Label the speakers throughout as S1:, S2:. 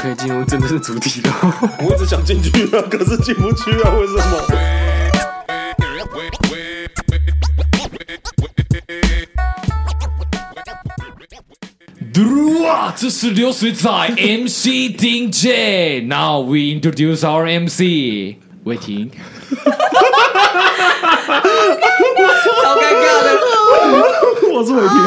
S1: 可以进入真正的主题了。
S2: 我一直想进去啊，可是进不去啊，为什么？
S3: 嘟啊！这是流水仔 MC 丁 J。Now we introduce our MC 魏婷。
S4: 超尴尬的。
S2: 我是伟霆，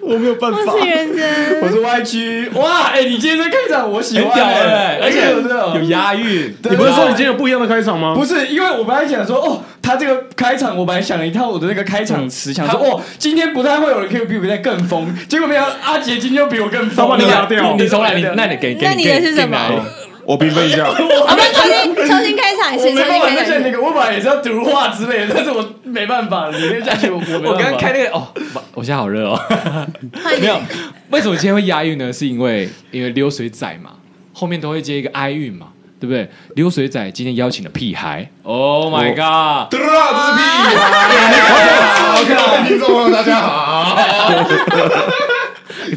S2: 我没有办法。
S4: 认真，
S5: 我是 Y 区，哇，哎、你今天这开场我喜欢、
S3: 很屌
S5: 哎
S3: 哎
S5: 而且
S3: 而且有
S5: 押韵。
S2: 你不是说你今天有不一样的开场吗？
S5: 不是，因为我本来想说，哦，他这个开场，我本来想了一套我的那个开场词，想说，哦，今天不太会有人可以比我在更疯，结果没有，阿杰今天就比我更疯，
S2: 他把你压掉
S3: 你重来，你那你给给
S4: 那你的是什么
S3: 给你来
S2: 我评分一下，
S4: 我们重新重新开场一次，
S5: 我
S4: 重
S5: 没
S4: 新
S5: 办法再
S4: 开
S5: 像
S4: 场
S5: 那
S4: 一次。
S5: 个，我本来也是要读话之类的，但是我没办法，你念下去我我没
S3: 我刚
S5: 办
S3: 刚开
S5: 法。啊
S3: 那个哦，我现在好热 哦。
S4: 换
S3: 没
S4: 你
S3: 有，为什么今天会押韵呢？是因为因为流水仔嘛，后面都会接一个哀韵嘛，对不对？流水仔今天邀请了屁孩，Oh my god！
S6: 嘟啦，这是屁啦！OK，各位听众朋友，大家好。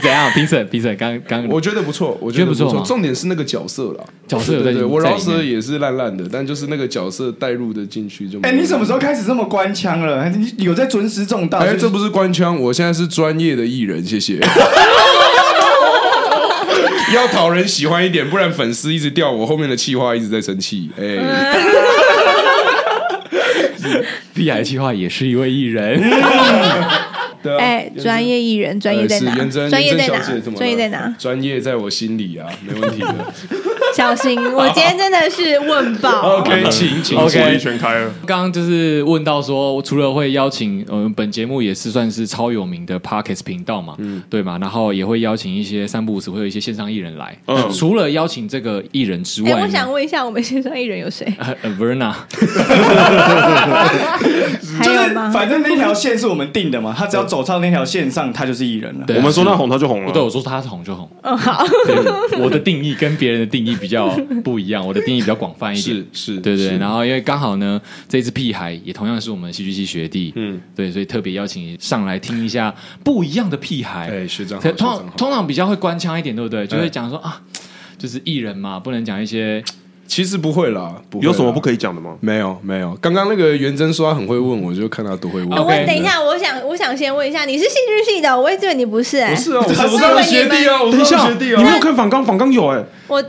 S3: 怎样？评审评审，刚刚
S6: 我觉得不错，我
S3: 觉
S6: 觉
S3: 得
S6: 得
S3: 不
S6: 不
S3: 错
S6: 错。
S3: 吗
S6: 重点是那个角色啦，
S3: 角色有在
S6: 对对，
S3: 在
S6: 我
S3: 里
S6: 饶舌
S3: 面
S6: 也是烂烂的，但就是那个角色带入的进去就。
S5: 哎、你什么时候？开始这么官腔了？你有在尊师重道？
S6: 哎，
S5: 是
S6: 这不是官腔，我现在是专业的艺人，谢 谢。要讨人喜欢一点，不然粉丝一直掉我后面的气话，一直在生气。哎，
S3: 屁孩计划也是一位艺人，
S6: 对啊
S4: 哎，专业艺人，专业在
S6: 呃
S4: 哪
S6: 是？元真
S4: 专业
S6: 元
S4: 在
S6: 真
S4: 哪
S6: 小姐怎？么了
S4: 专业在哪？
S6: 专业在我心里啊，没问题的。
S4: 小心， 我今天真的是问爆。
S6: OK，请请
S3: OK
S2: 火力全开了。
S3: 刚刚就是问到说，除了会邀请，嗯、本节目也是算是超有名的 Parkes 频道嘛，对嘛？然后也会邀请一些三不五时会有一些线上艺人来。
S2: 嗯
S3: 除了邀请这个艺人之外
S4: 哎，
S3: 呢，
S4: 我想问一下，我们线上艺人有谁？
S3: 呃呃 Verna，
S4: 还
S5: 就
S4: 有
S5: 是
S4: 吗？
S5: 反正那条线是我们定的嘛，他只要走上那条线上，他就是艺人了。
S3: 对啊
S2: 我们说他红，他就红
S3: 我对啊
S2: 了。
S3: 我说他红就红。
S4: 哦
S3: 嗯，好。我的定义跟别人的定义比较不一样，我的定义比较广泛一点。
S6: 是是，
S3: 对对，
S6: 是
S3: 然后因为刚好呢，这只屁孩也同样是我们戏剧系学弟，嗯，对，所以特别邀请上来听一下不一样的屁孩。
S6: 哎学长好
S3: 通
S6: 学长
S3: 通
S6: 好
S3: 通常比较会官腔一点，对不对？就会讲说啊，就是艺人嘛，不能讲一 些
S6: 其实不会啦，不会啦
S2: 有什么不可以讲的吗？
S6: 没有没有，刚刚那个元真说他很会问，我就看他多会问。
S4: 哎我
S3: OK
S4: 等一，下，我想我想先问一下，你是戏剧系的，我一直以为你不是。哎
S6: 不，是啊，我
S4: 他
S6: 是
S4: 是
S6: 我是他的
S4: 问你
S6: 学弟啊，我是他的学弟啊，
S2: 你没有看反刚，反刚有哎，
S4: 我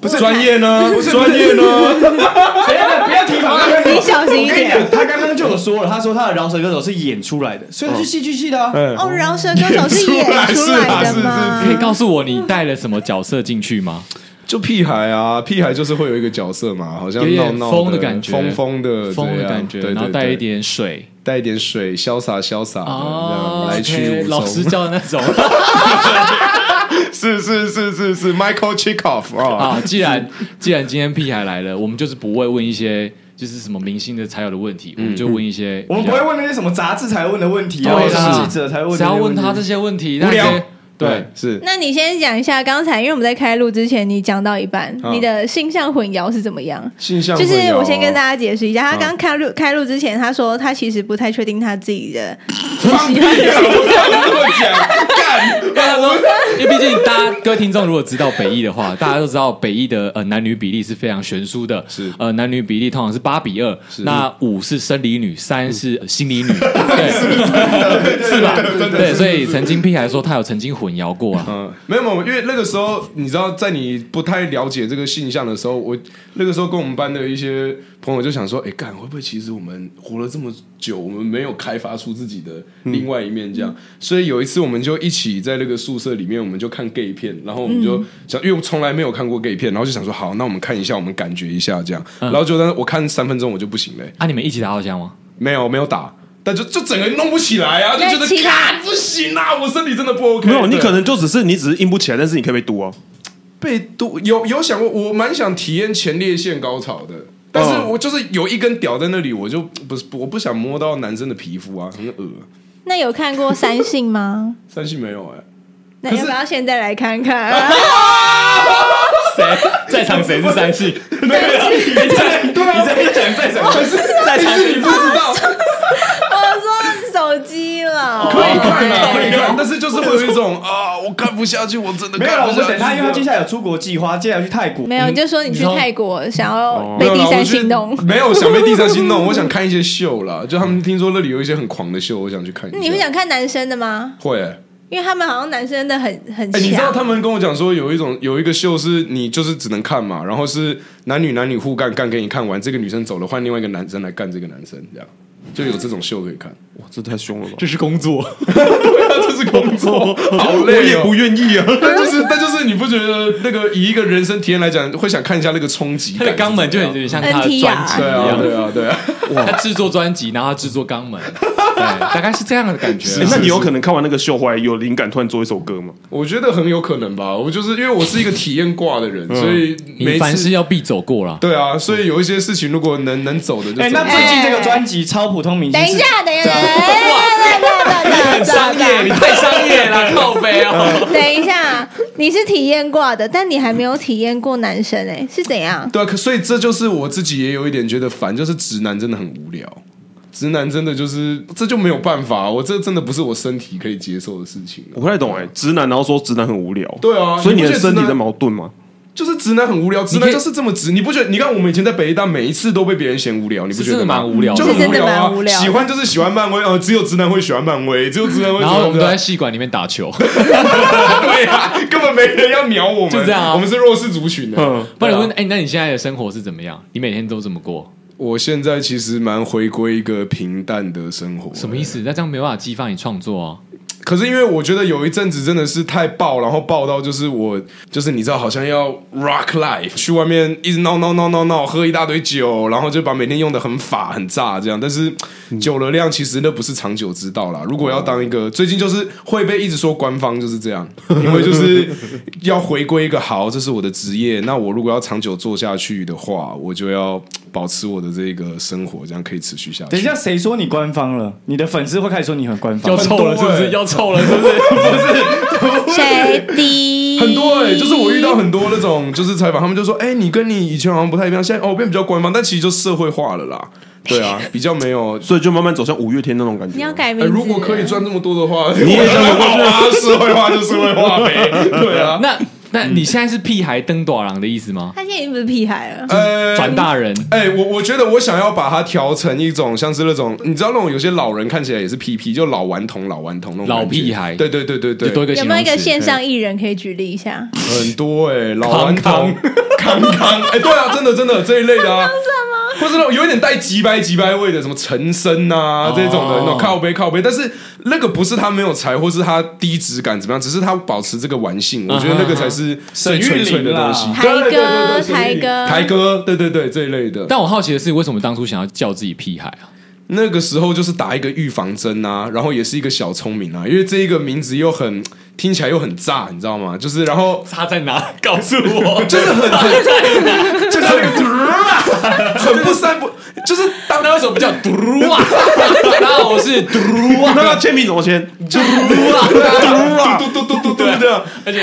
S6: 不是专业呢，不是专业呢，
S5: 啊不要提防他。
S4: 你小心一
S5: 我跟你
S4: 点。
S5: 讲，他刚刚就有说了，他说他的饶舌歌手是演出来的，所以他是戏剧系的啊。
S4: 哦，饶舌歌手是演 出来
S6: 啊
S4: 的吗
S3: 可？以告诉我你带了什么角色进去吗？
S6: 就屁孩啊，屁孩就是会有一个角色嘛，好像
S3: 有
S6: 闹
S3: 点
S6: 闹
S3: 疯的感觉，
S6: 疯疯的
S3: 疯
S6: 这
S3: 的
S6: 样
S3: 感觉，
S6: 对对
S3: 然后带
S6: 对
S3: 一点水哦
S6: 带一点水，潇洒潇洒的这样来去
S3: OK，
S6: 无
S3: 老师
S6: 踪。
S3: 教的那种。
S6: 是是是是是，Michael Chikoff 啊，
S3: 啊，既然既然今天屁孩来了，我们就是不会问一些就是什么明星的才有的问
S6: 嗯
S3: 题，我们就问一些比较，
S5: 我们不会问那些什么杂志才问的问题啊，
S3: 对
S5: 或者是
S3: 啦，
S5: 记者才问。
S3: 只要问他这，些问题，那
S6: 无聊
S3: 些对
S6: 对，是
S4: 那你先讲一下，刚才因为我们在开录之前，你讲到一半，
S6: 嗯
S4: 你的性向混淆是怎么样？
S6: 性向
S4: 就
S6: 混淆
S4: 是
S6: 啊，
S4: 我先跟大家解释一
S6: 嗯
S4: 下，他刚开录开录之前，他说他其实不太确定他自己的喜欢的性
S6: 这么讲，干，
S3: 对他说，因为毕竟大家各位听众如果知道北艺的话，大家都知道北艺的呃男女比例是非常悬殊的，
S6: 是
S3: 呃男女比例通常是八比二，那五是生理女，三是呃心理女，对， 是吧？对，所以曾经屁孩说他有曾经混淆过啊，
S6: 嗯，没有没有，因为那个时候你知道，在你不太了解这个现象的时候，我那个时候跟我们班的一些朋友就想说，哎、干会不会其实我们活了这么久，我们没有开发出自己的
S2: 嗯
S6: 另外一面这样？所以有一次我们就一起在那个宿舍里面，我们就看 gay 片，然后我们就想，因为我从来没有看过 gay 片，然后就想说，好，那我们看一下，我们感觉一下这样。
S2: 嗯
S6: 然后就但是我看三分钟我就不行了、
S3: 啊，你们一起打好枪吗？
S6: 没有没有打。但就就整个弄不起来啊，就觉
S4: 那
S6: 得
S4: 其他
S6: 干不行啊，我身体真的不 OK
S2: 没
S6: 的。
S2: 有，啊你可能就只是你只是硬不起来，但是你可以被堵啊。
S6: 被嘟有有想过，我蛮想体验前列腺高潮的，但是我就是有一根屌在那里，我就不是我不想摸到男生的皮肤啊，很恶。
S4: 那有看过三性 吗？
S6: 三性没有哎、
S4: 那要不要现在来看看？
S3: 谁 在场 谁是三系？
S5: 啊哦
S6: 对啊，你在讲在讲，可是在场你不知道，
S4: 我说手手机了。
S6: 可以看啊，可以看，但是就是会有一种啊，我看不下去，我真的
S5: 没有了，
S6: 看
S5: 我
S6: 不下
S5: 们
S6: 去。
S5: 等他，因为他接下来有出国计划，接下来去泰国。
S4: 没有，就说你去泰国想要被
S6: 哦没
S4: 第
S6: 有啦
S4: 三心动
S6: 我，去没有想被第三心动，我想看一些秀啦。就他们听说那里有一些很狂的秀，我想去看一 下。
S4: 你会想看男生的吗？
S6: 会、欸？
S4: 因为他们好像男生的很很
S6: 哎、
S4: 强。
S6: 你知道他们跟我讲说，有一种有一个秀是你就是只能看嘛，然后是男女男女互干，干给你看完，这个女生走了，换另外一个男生来干这个男生，这样就有这种秀可以看。
S2: 哇，这太凶 了吧！
S3: 这是工作，
S6: 这是工作，好
S2: 我
S6: 累、
S2: 也不愿意啊。
S6: 但就是但就是你不觉得那个以一个人生体验来讲，会想看一下那个冲击
S3: 他
S6: 感
S3: 的肛门就有点像他的专辑一
S4: NTR
S6: 对啊
S3: 样，
S6: 对啊对啊，
S3: 他制作专辑，然后他制作肛门，对，大概是这样的感觉
S2: 欸
S3: 啊。
S2: 那你有可能看完那个秀回来有灵感，突然做一首歌吗？
S6: 我觉得很有可能吧。我就是因为我是一个体验挂的人，所以
S3: 你
S6: 每次
S3: 凡事要必走过啦。
S6: 对啊，所以有一些事情如果能能走的就走。
S5: 哎，那最近这个专辑超普通明星
S4: 等
S5: 是，
S4: 一下，等一下，等一下，等一下，
S3: 太商业 了，靠背哦。
S4: 等一下，你是体验过的，但你还没有体验过男生哎，是怎样？
S6: 对啊，可所以这就是我自己也有一点觉得烦，就是直男真的很无聊。直男真的就是，这就没有办法，啊我这真的不是我身体可以接受的事情啊了
S2: 我不太懂哎、直男然后说直男很无聊，
S6: 对啊
S2: 所以你
S6: 你
S2: 的
S6: 不觉得
S2: 身体
S6: 直
S2: 的
S6: 男
S2: 矛盾吗？
S6: 就是直男很无聊，直
S3: 可
S6: 男
S3: 以
S6: 就是这么直，你不觉得？你看我们以前在北医大，每一次都被别人嫌无聊，你不
S3: 是
S6: 觉
S3: 真的
S6: 得
S3: 蛮
S6: 吗？
S3: 无聊的
S6: 就很
S4: 是真的
S6: 无聊啊
S4: 蛮无聊的
S6: 喜欢就是喜欢漫威，呃，只有直男会喜欢漫威，只有直男会喜
S3: 然
S6: 欢。
S3: 后我们都在戏馆里面打球，
S6: 对啊， 根本没人要鸟我们，
S3: 就这样啊
S6: 我们是弱势族群欸的。
S2: 嗯，
S3: 不然我问，哎，那你现在的生活是怎么样？你每天都怎么过？
S6: 我现在其实蛮回归一个平淡的生活，
S3: 什么意？思？那这样没办法激发你创作啊。
S6: 可是因为我觉得有一阵子真的是太爆，然后爆到就是我就是你知道，好像要 rock life，去外面一直闹闹闹闹闹，喝一大堆酒，然后就把每天用的很法很炸这样。但是酒的量其实那不是长久之道啦。如果要当一个最近就是会被一直说官方就是这样， 因为就是要回归一个好，这是我的职业。那我如果要长久做下去的话，我就要保持我的这个生活，这样可以持续下去。
S5: 等一下，谁说你官方了？你的粉丝会开始说你很官方
S3: 要。臭了是不
S6: 很多
S3: 是？
S6: 欸
S3: 要臭了是不是？
S4: 谁的？
S6: 很多哎、就是我遇到很多那种就是采访，他们就说，哎、你跟你以前好像不太一样，现在哦变比较官方，但其实就社会化了啦，对啊，比较没有。
S2: 所以就慢慢走向五月天那种感觉。
S4: 你要改
S6: 呃、
S4: 名字。
S6: 如果可以赚这么多的话，
S2: 你也
S6: 想
S2: 想
S6: 好啊，社会化就社会化呗，对啊。
S3: 那那你现在是屁孩登短郎的意思吗？
S4: 他现在已经不是屁孩了。
S6: 呃，
S3: 转大人，
S6: 哎、我我觉得我想要把它调成一种像是那种，你知道那种有些老人看起来也是屁屁，就老顽童、老顽童那种
S3: 老
S6: 感觉
S3: 屁孩
S6: 对对对对对，
S3: 就多一个
S4: 有
S3: 形
S4: 没有
S3: 容
S4: 一个
S3: 词。
S4: 线上艺人可以举例一下？
S6: 很多哎、老顽童
S3: 康、
S6: 康康， 哎、对啊，真的真的这一类的啊，或是那种有点带急掰急掰味的，什么陈升啊这种的，那种靠背靠背，但是那个不是他没有才，或是他低质感怎么样，只是他保持这个玩性，我觉得那个才是最纯粹的东西
S5: 沈玉琳。
S4: 啦
S6: 对对对对对
S4: 台哥
S6: 台哥，对对对，这一类的。
S3: 但我好奇的是，为什么当初想要叫自己屁孩啊？
S6: 那个时候就是打一个预防针啊，然后也是一个小聪明啊，因为这一个名字又很听起来又很炸，你知道吗？就是然后
S3: 差在哪？ 告诉我。
S6: 真的很很，就是那个嘟啊，很不三不，就是当
S3: 那为什么不叫嘟噜 啊？大家好，我是嘟噜啊，
S2: 那要签名怎么签？
S3: 嘟噜啊。
S6: 嘟嘟嘟嘟嘟嘟嘟这样。
S3: 而且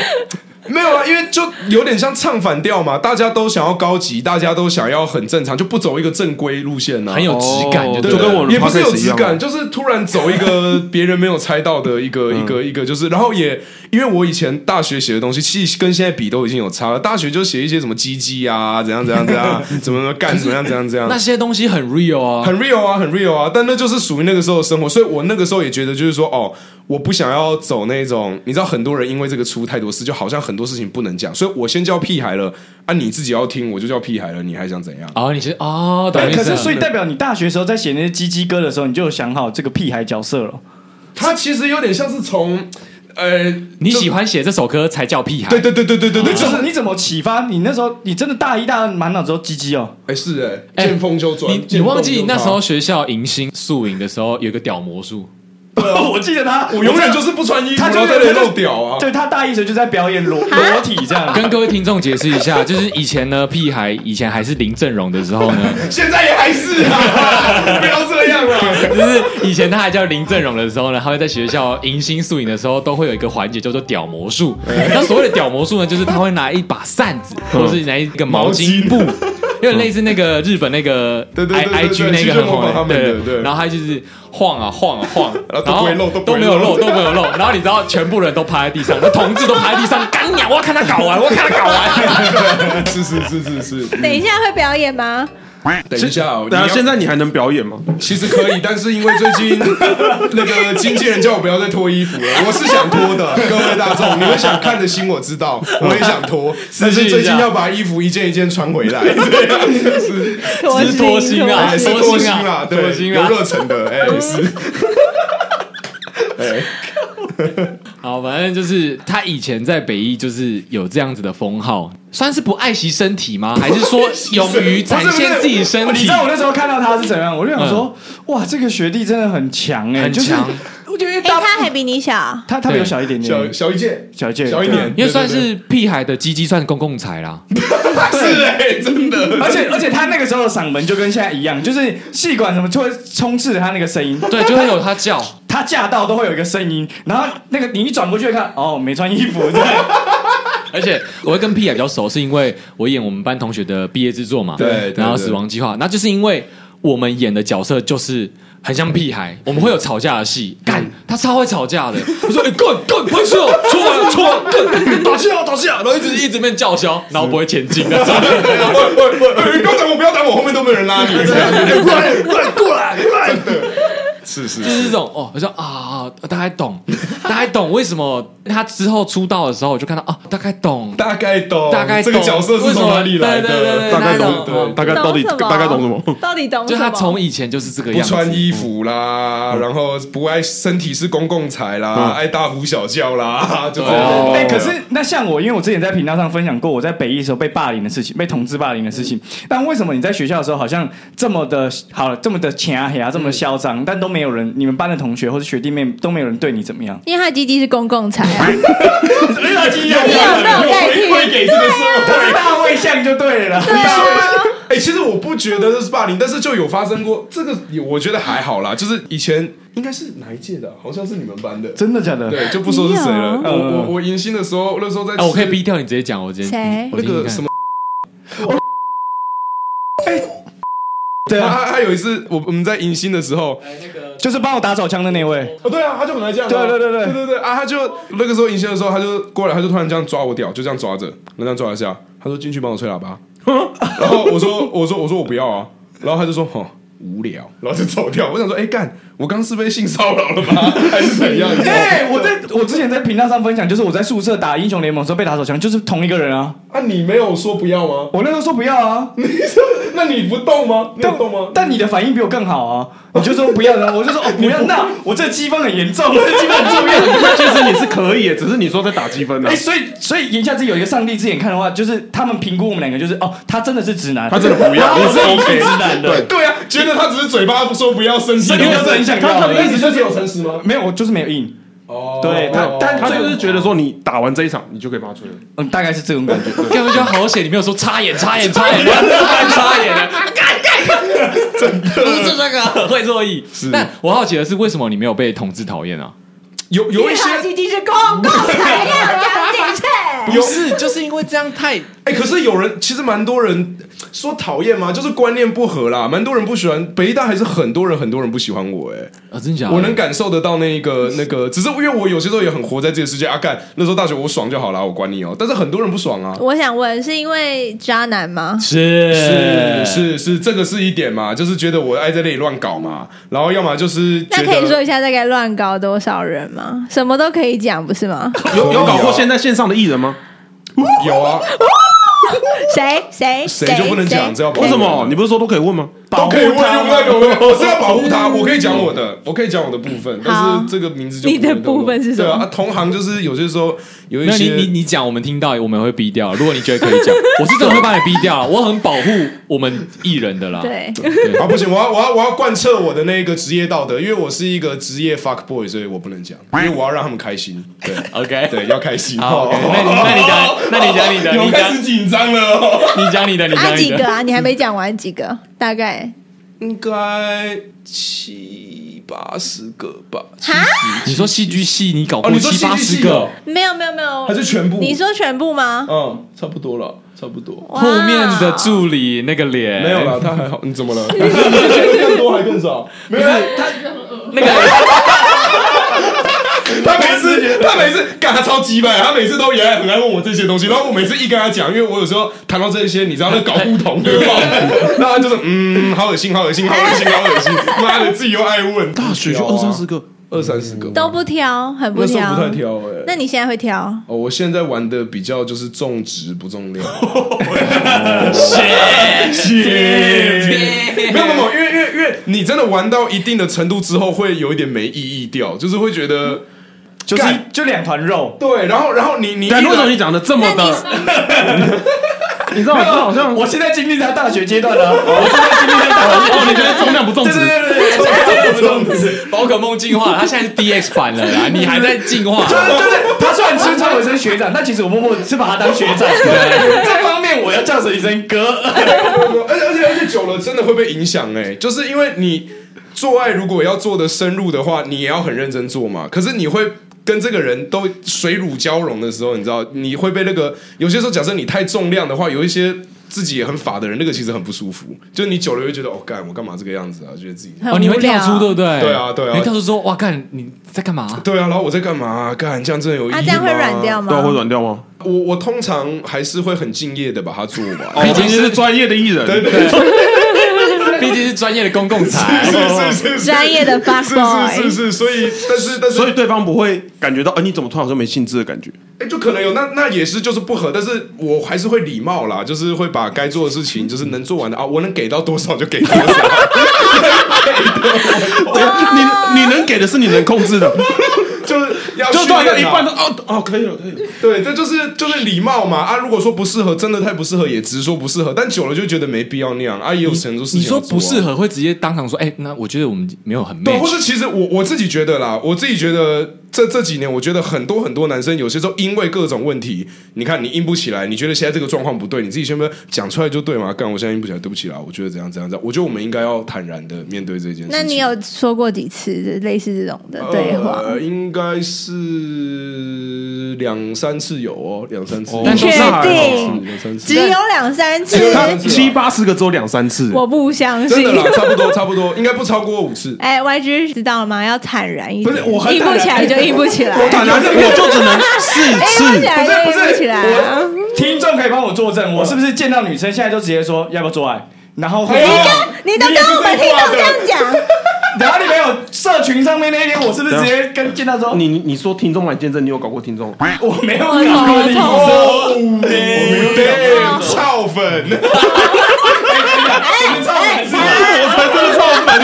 S6: 没有啊，因为就有点像唱反调嘛，大家都想要高级，大家都想要很正常，就不走一个正规路线呢、啊。
S3: 很有质感，
S2: 哦
S3: 就
S6: 对
S2: 就
S3: 对了
S2: 跟我们
S6: 也不是有质
S2: podcast 一样啊
S6: 感，就是突然走一个别人没有猜到的一个一个一个，就是然后也因为我以前大学写的东西，其实跟现在比都已经有差了。大学就写一些什么鸡鸡啊，怎样怎样怎样，怎么干怎么样怎样怎样
S3: 那。些东西很 real 啊。
S6: 很 real 啊，很 real 啊，但那就是属于那个时候的生活，所以我那个时候也觉得，就是说，哦，我不想要走那种，你知道，很多人因为这个出太多事，就好像很多事情不能讲，所以我先叫屁孩了啊，你自己要听，我就叫屁孩了，你还想怎样？
S3: 哦，你是哦，懂
S5: 哎
S3: 意思
S5: 可
S3: 了。
S5: 是，所以代表你大学时候在写那些鸡鸡歌的时候，你就有想好这个屁孩角色了。
S6: 他其实有点像是从，呃，
S3: 你
S6: 就
S3: 喜欢写这首歌才叫屁孩。
S6: 对对对对对对对，
S5: 你
S6: 就
S5: 怎
S6: 是
S5: 么，你怎么启发？你那时候你真的大一、大二满脑子都鸡鸡哦。
S6: 哎是哎，
S3: 哎
S6: 见风就转。
S3: 你你
S6: 见风
S3: 忘记
S6: 就
S3: 那
S6: 转
S3: 时候学校迎新宿营的时候有一个屌魔术，
S5: 我记得他，
S6: 我永远就是不穿衣服，
S5: 他
S6: 然
S5: 就
S6: 后
S5: 是
S6: 在那里露屌啊，
S5: 对他大一时候就在表演裸裸体这样。
S3: 跟各位听众解释一下，就是以前呢，屁孩以前还是林正荣的时候呢，
S6: 现在也还是啊，不要这样啊。
S3: 就是以前他还叫林正荣的时候呢，他会在学校迎新宿营的时候，都会有一个环节叫做屌魔
S6: 嗯
S3: 术。那所谓的屌魔术呢，就是他会拿一把扇子，或者是拿一个毛巾布。有点类似那个日本那个
S6: 对对
S3: I
S6: 对
S3: I
S6: 对
S3: G
S6: 对
S3: 那
S6: 其
S3: 个
S6: 实
S3: 很
S6: 模
S3: 红
S6: 仿他
S3: 的，
S6: 们的对
S3: 然后他就是晃啊晃啊晃，
S6: 然后都
S3: 然后
S6: 不会漏都不会
S3: 没有漏，
S6: 漏
S3: 都没有漏，然后你知道全部人都趴在地上，那同志都趴在地上，干你啊！我要看他搞完，我要看他搞完。
S6: 是是是是是，
S4: 等一下会表演吗？
S6: 等一下哦，你
S2: 等
S6: 要
S2: 下，现在你还能表演吗？
S6: 其实可以，但是因为最近那个经纪人叫我不要再脱衣服了，我是想脱的，各位大众，你们想看的心我知道，我也想脱，但是最近要把衣服一件一件穿回来，对啊，是
S4: 脱
S3: 是脱心啊
S6: 哎是
S3: 脱
S6: 脱
S3: 心
S6: 心
S3: 啊
S6: 啦，
S3: 脱
S6: 对，
S3: 心
S6: 有
S3: 啊
S6: 热忱的，哎，是，哎，
S3: 好，反正就是他以前在北艺就是有这样子的封号，算是不爱惜身体吗？还是说勇于展现自己身
S5: 你
S3: 体
S5: 知？道我那时候看到他是怎样，我就想说，哇，这个学弟真的嗯很强哎，
S3: 很强
S5: 就是我觉得因为
S4: 哎、
S5: 大
S4: 他还比你小，
S5: 他他比我小一点
S6: 小
S5: 点，
S6: 小一件，
S5: 小一件
S6: 小一点，
S3: 因为
S6: 对
S3: 算是屁孩的鸡鸡算公共财啦，
S6: 对对是哎，真的，
S5: 而且而 且他那个时候的嗓门就跟现在一样，就是气管什么就会充斥着他那个声音，
S3: 对，就会有他叫。
S5: 他驾到都会有一个声音，然后那个你一转过去看，哦，没穿衣服， 对，
S3: 而且我会跟屁孩比较熟，是因为我演我们班同学的毕业制作嘛，
S6: 对对对
S3: 然后死亡计划，那就是因为我们演的角色就是。很像屁孩，我们会有吵架的戏，干
S5: 嗯
S3: 他超会吵架的。我说：“哎、干干，快说，出来，出来，啊 干，打架，打架。”然后一直一直被叫嚣，然后不会前进的。
S6: 对啊喂喂喂喂，不要挡我，不要挡我，后面都没有人拉你，这样子过来过来过来过来，真的是是
S3: 就是是这种哦，我说啊，大概懂，大概懂为什么他之后出道的时候，我就看到啊，大概懂，
S6: 大概懂，
S3: 大概
S6: 这
S3: 懂
S6: 个角色是从哪里来的？
S3: 为什么对对对对
S2: 大概
S3: 懂
S6: 对
S2: 懂，大概到底
S4: 懂什么
S2: 大概懂什 么？
S4: 到底懂什
S3: 就
S4: 么？
S3: 他从以前就是这个
S6: 不
S3: 样子，
S6: 穿衣服
S3: 嗯
S6: 啦，然后不爱身体是公共财啦，爱大呼小叫啦， 就这样。
S5: 哎、可是那像我，因为我之前在频道上分享过我在北艺的时候被霸凌的事情，被同志霸凌的事情。但为什么你在学校的时候好像这么的好了，这么的强黑啊，这么的嚣张，但都没有人，你们班的同学或是学弟妹都没有人对你怎么样？
S4: 因为他的鸡鸡是公共财、啊，
S5: 你有没
S4: 你有没有代替？
S6: 哎会给这个社会。
S5: 有大卫像就对了啦。
S4: 对啊，
S6: 哎、其实我不觉得这是霸凌，但是就有发生过这个，也我觉得还好啦。就是以前应该是哪一届的啊、好像是你们班的，
S5: 真的假的？
S6: 对，就不说是谁了。
S5: 有
S6: 我我我迎新的时候，那时候在吃、
S3: 哎、嗯我可以逼掉你直接讲，我直接
S4: 谁
S3: 我
S6: 那
S3: 听听
S6: 个
S3: 看
S6: 什么。
S5: 对
S6: 他
S5: 啊，
S6: 他他有一次，我我们在迎新的时候，
S5: 就是帮我打手枪的那位。
S6: 哦，对啊，他就很爱这样啊、
S5: 对对对对
S6: 对对对啊！他就那个时候迎新的时候，他就过来，他就突然这样抓我屌，就这样抓着，那这样抓一下，他说进去帮我吹喇叭，然后我说我说我说我不要啊，然后他就说哦无聊，然后就走掉。我想说，哎、干，我刚是被性骚扰了吗？还是怎样？你知道吗
S5: 哎、我在我之前在频道上分享，就是我在宿舍打英雄联盟的时候被打手枪，就是同一个人啊。
S6: 啊，你没有说不要吗？
S5: 我那时候说不要啊，
S6: 你说那你不动吗？你有动吗？
S5: 但你的反应比我更好啊！你就说不要了，我就说哦不要，那我这积分很严重，我这积分很重要。
S2: 那其实你是可以耶，只是你说在打积分呢
S1: 啊
S5: 哎、。所以所以言下之意有一个上帝之眼看的话，就是他们评估我们两个，就是哦，他真的是直男，
S2: 他真的不要，你是 OK
S5: 直男的
S2: 对，
S6: 对啊，觉得他只是嘴巴说不要，身体
S5: 身体就是很想要
S6: 他他的意思就是有诚
S5: 诚
S6: 实
S5: 实
S6: 吗？
S5: 没有，我就是没有硬，
S6: 哦
S5: 对他但
S2: 他就是觉得说你打完这一场，你就可以帮他吹了。
S5: 嗯，大概是这种感觉。
S3: 干不就好险？你没有说插眼，插眼，插眼， 干插眼啊！干干， 真 的不是这个会座椅。但我好奇的是，为什么你没有被同志讨厌啊？
S6: 有
S4: 因
S6: 有一
S4: 为
S6: 些
S4: 他的鸡鸡啊是公共财，要讲警察。
S6: 有
S3: 是，就是因为这样太……
S6: 哎、可是有人其实蛮多人说讨厌嘛，就是观念不合啦，蛮多人不喜欢北医大，还是很多人很多人不喜欢我、哎、
S3: 啊，真
S4: 嗯
S3: 假的？
S6: 我能感受得到那一个那个，只是因为我有些时候也很活在这个世界啊，干那时候大学我爽就好啦，我管你哦、但是很多人不爽啊。
S4: 我想问，是因为渣男吗？
S3: 是
S6: 是
S4: 嗯
S6: 是是，这个是一点嘛，就是觉得我爱在那里乱搞嘛，然后要么就是觉
S4: 那
S6: 得
S4: 可以说一下大概乱搞多少人吗？什么都可以讲，不是 吗？
S2: 有有搞过现在线上的艺人吗？
S6: 有啊，
S4: 谁谁
S6: 谁就不能讲
S4: 谁
S6: 这要保护
S2: 为什么？你不是说都可以问吗？
S6: 都可以问，用不到有没有？我是要保护他，我可以讲我的，我可以讲我的部分，但
S4: 好
S6: 是这个名字就
S4: 你的
S6: 不能够
S4: 部分是什么
S6: 对啊啊，同行就是有些时候有一
S3: 那你
S6: 些
S3: 你你讲，我们听到，我们会逼掉。如果你觉得可以 讲，我是真的会把你逼掉。我很保护我们艺人的啦。，
S4: 对，
S6: 啊，不行，我要我要我要贯彻我的那个职业道德，因为我是一个职业 fuck boy，所以我不能讲，因为我要让他们开心。对
S3: OK
S6: 对，要开心。
S3: 好，OK，那你那你讲那你讲你 的
S6: 又
S3: 你
S6: 开
S3: 讲
S6: 始紧张了哦。
S3: 你讲你的，你
S4: 啊
S3: 讲你
S4: 几个
S3: 的。
S4: 啊？你还没讲完几个？大概
S6: 应该七八十个吧。
S4: 哈？
S3: 你说戏剧系，你搞
S6: 哦，
S3: 过
S6: 你说
S3: 七
S6: 戏
S3: 八
S6: 剧
S3: 十
S6: 系
S3: 个
S6: 哦，
S4: 没有没有没有
S6: 还，是全部？
S4: 你说全部吗？
S6: 嗯，差不多了。差不多。
S4: 哇
S3: 后面的助理那个脸
S6: 没有了，他还好。你怎么了？更多还更少？没有，啊
S3: 那个
S6: 他每次他每次干他超级白，他每次都也很爱问我这些东西。然后我每次一跟他讲，因为我有时候谈到这些，你知道那搞不同就会爆哭，那他就是嗯，好恶心，好恶心，好恶心，好恶心。妈的，自己又爱问。大学就二三十个，二三十个
S4: 都不挑，很不
S6: 那时
S4: 挑，
S6: 候不太挑哎、
S4: 那你现在会挑？
S6: 哦，我现在玩的比较就是重质不重量，没有没有没有，因为因为因为你真的玩到一定的程度之后，会有一点没意义掉，就是会觉得
S5: 就是
S6: 干
S5: 就两团肉。
S6: 对，然后然后你你
S1: 但
S6: 一哦
S1: 为什么
S6: 来
S1: 你讲的这么的？ 你知道吗？这 好像
S5: 我现在经历在大学阶段了，我现在经历在大学阶段。
S1: 哦，你觉得重量不重
S5: 对
S1: 质？
S5: 对对对对，
S3: 宝可梦进化了，他现在是 DX 版了 啦，你还在进化。
S5: 对对对，他虽然尊称我一声学长，但其实我默默是把他当学长。这方面我要叫成一声哥。
S6: 而且而且而且久了真的会被影响哎、就是因为你做爱如果要做的深入的话，你也要很认真做嘛。可是你会跟这个人都水乳交融的时候，你知道你会被那个有些时候，假设你太重量的话，有一些。自己也很法的人，那个其实很不舒服。就你久了会觉得，哦，干我干嘛这个样子啊？觉得自己
S4: 很
S3: 哦，你会
S4: 无聊
S3: 跳出对不对？
S6: 对啊对啊
S3: 你会跳出说哇，干你在干嘛？
S6: 对啊，然后我在干嘛、干这样真的有意义吗？
S4: 啊，这样会软掉吗？
S1: 对啊，会软掉吗？
S6: 我我通常还是会很敬业的把它做完。
S1: 毕竟是专业的艺人，
S3: 毕竟是专业的公共财。
S6: 是是是是
S4: 专业的哎 fuck
S6: 是
S4: boy，
S6: 是是，所以但是但是
S1: 所以对方不会感觉到，哎，你怎么突然说没兴致的感觉？
S6: 哎，就可能有那那也是就是不合，但是我还是会礼貌啦，就是会把该做的事情，就是能做完的啊，我能给到多少就给多少。
S1: 对啊，你你能给的是你能控制的，
S6: 就是要
S1: 就
S6: 训
S1: 突然到
S6: 练
S1: 一
S6: 啊
S1: 半都哦哦，可以了，可以了。
S6: 对，这就是啊就是礼貌嘛啊！如果说不适合，真的太不适合，也直说不适合，但久了就觉得没必要那样啊，也有很多事情
S3: 你说
S6: 要做啊
S3: 不适，合，会直接当场说，哎，那我觉 得我们没有很
S6: 对，或
S3: match。
S6: 是其实我我自己觉得啦，我自己觉得这这几年，我觉得很多很多男生有些时候因为各种问题，你看你硬不起来，你觉得现在这个状况不对，你自己先不要讲出来就对嘛，干我现在硬不起来，对不起啦，我觉得怎样怎样怎样，我觉得我们应该要坦然的面对这件事情。
S4: 那你有说过几次类似这种的对话？
S6: 呃，应该是两三次有哦，两三次，
S1: 但
S4: 确
S1: 是还好
S4: 定
S6: 两三次
S4: 只。有两三次，
S6: 哎他
S1: 七八十个只有两三次，
S4: 我不相
S6: 真
S4: 信
S6: 的。啦，差不多差不多，应该不超过五次。
S4: 哎，YG 知道了吗？要坦然一点，
S6: 不是我很
S4: 硬不起来就硬不起来，
S1: 我坦然，我就只能
S4: 硬不
S1: 四
S4: 起
S1: 次。
S4: 来就硬不起嗯来啊。
S5: 听众可以帮我作证，我是不是见到女生现在就直接说要不要做爱？然后
S4: 哎
S5: 会，
S4: 你都跟我们听众这样讲，
S5: 然后你没有社群上面那一天，我是不是直接跟见到 说
S1: 你你你说听众来见证，你有搞过听众？
S5: 我没有搞过你？
S6: 哦，对，操粉，
S4: 哎
S5: 你知道我是吗
S6: 操粉，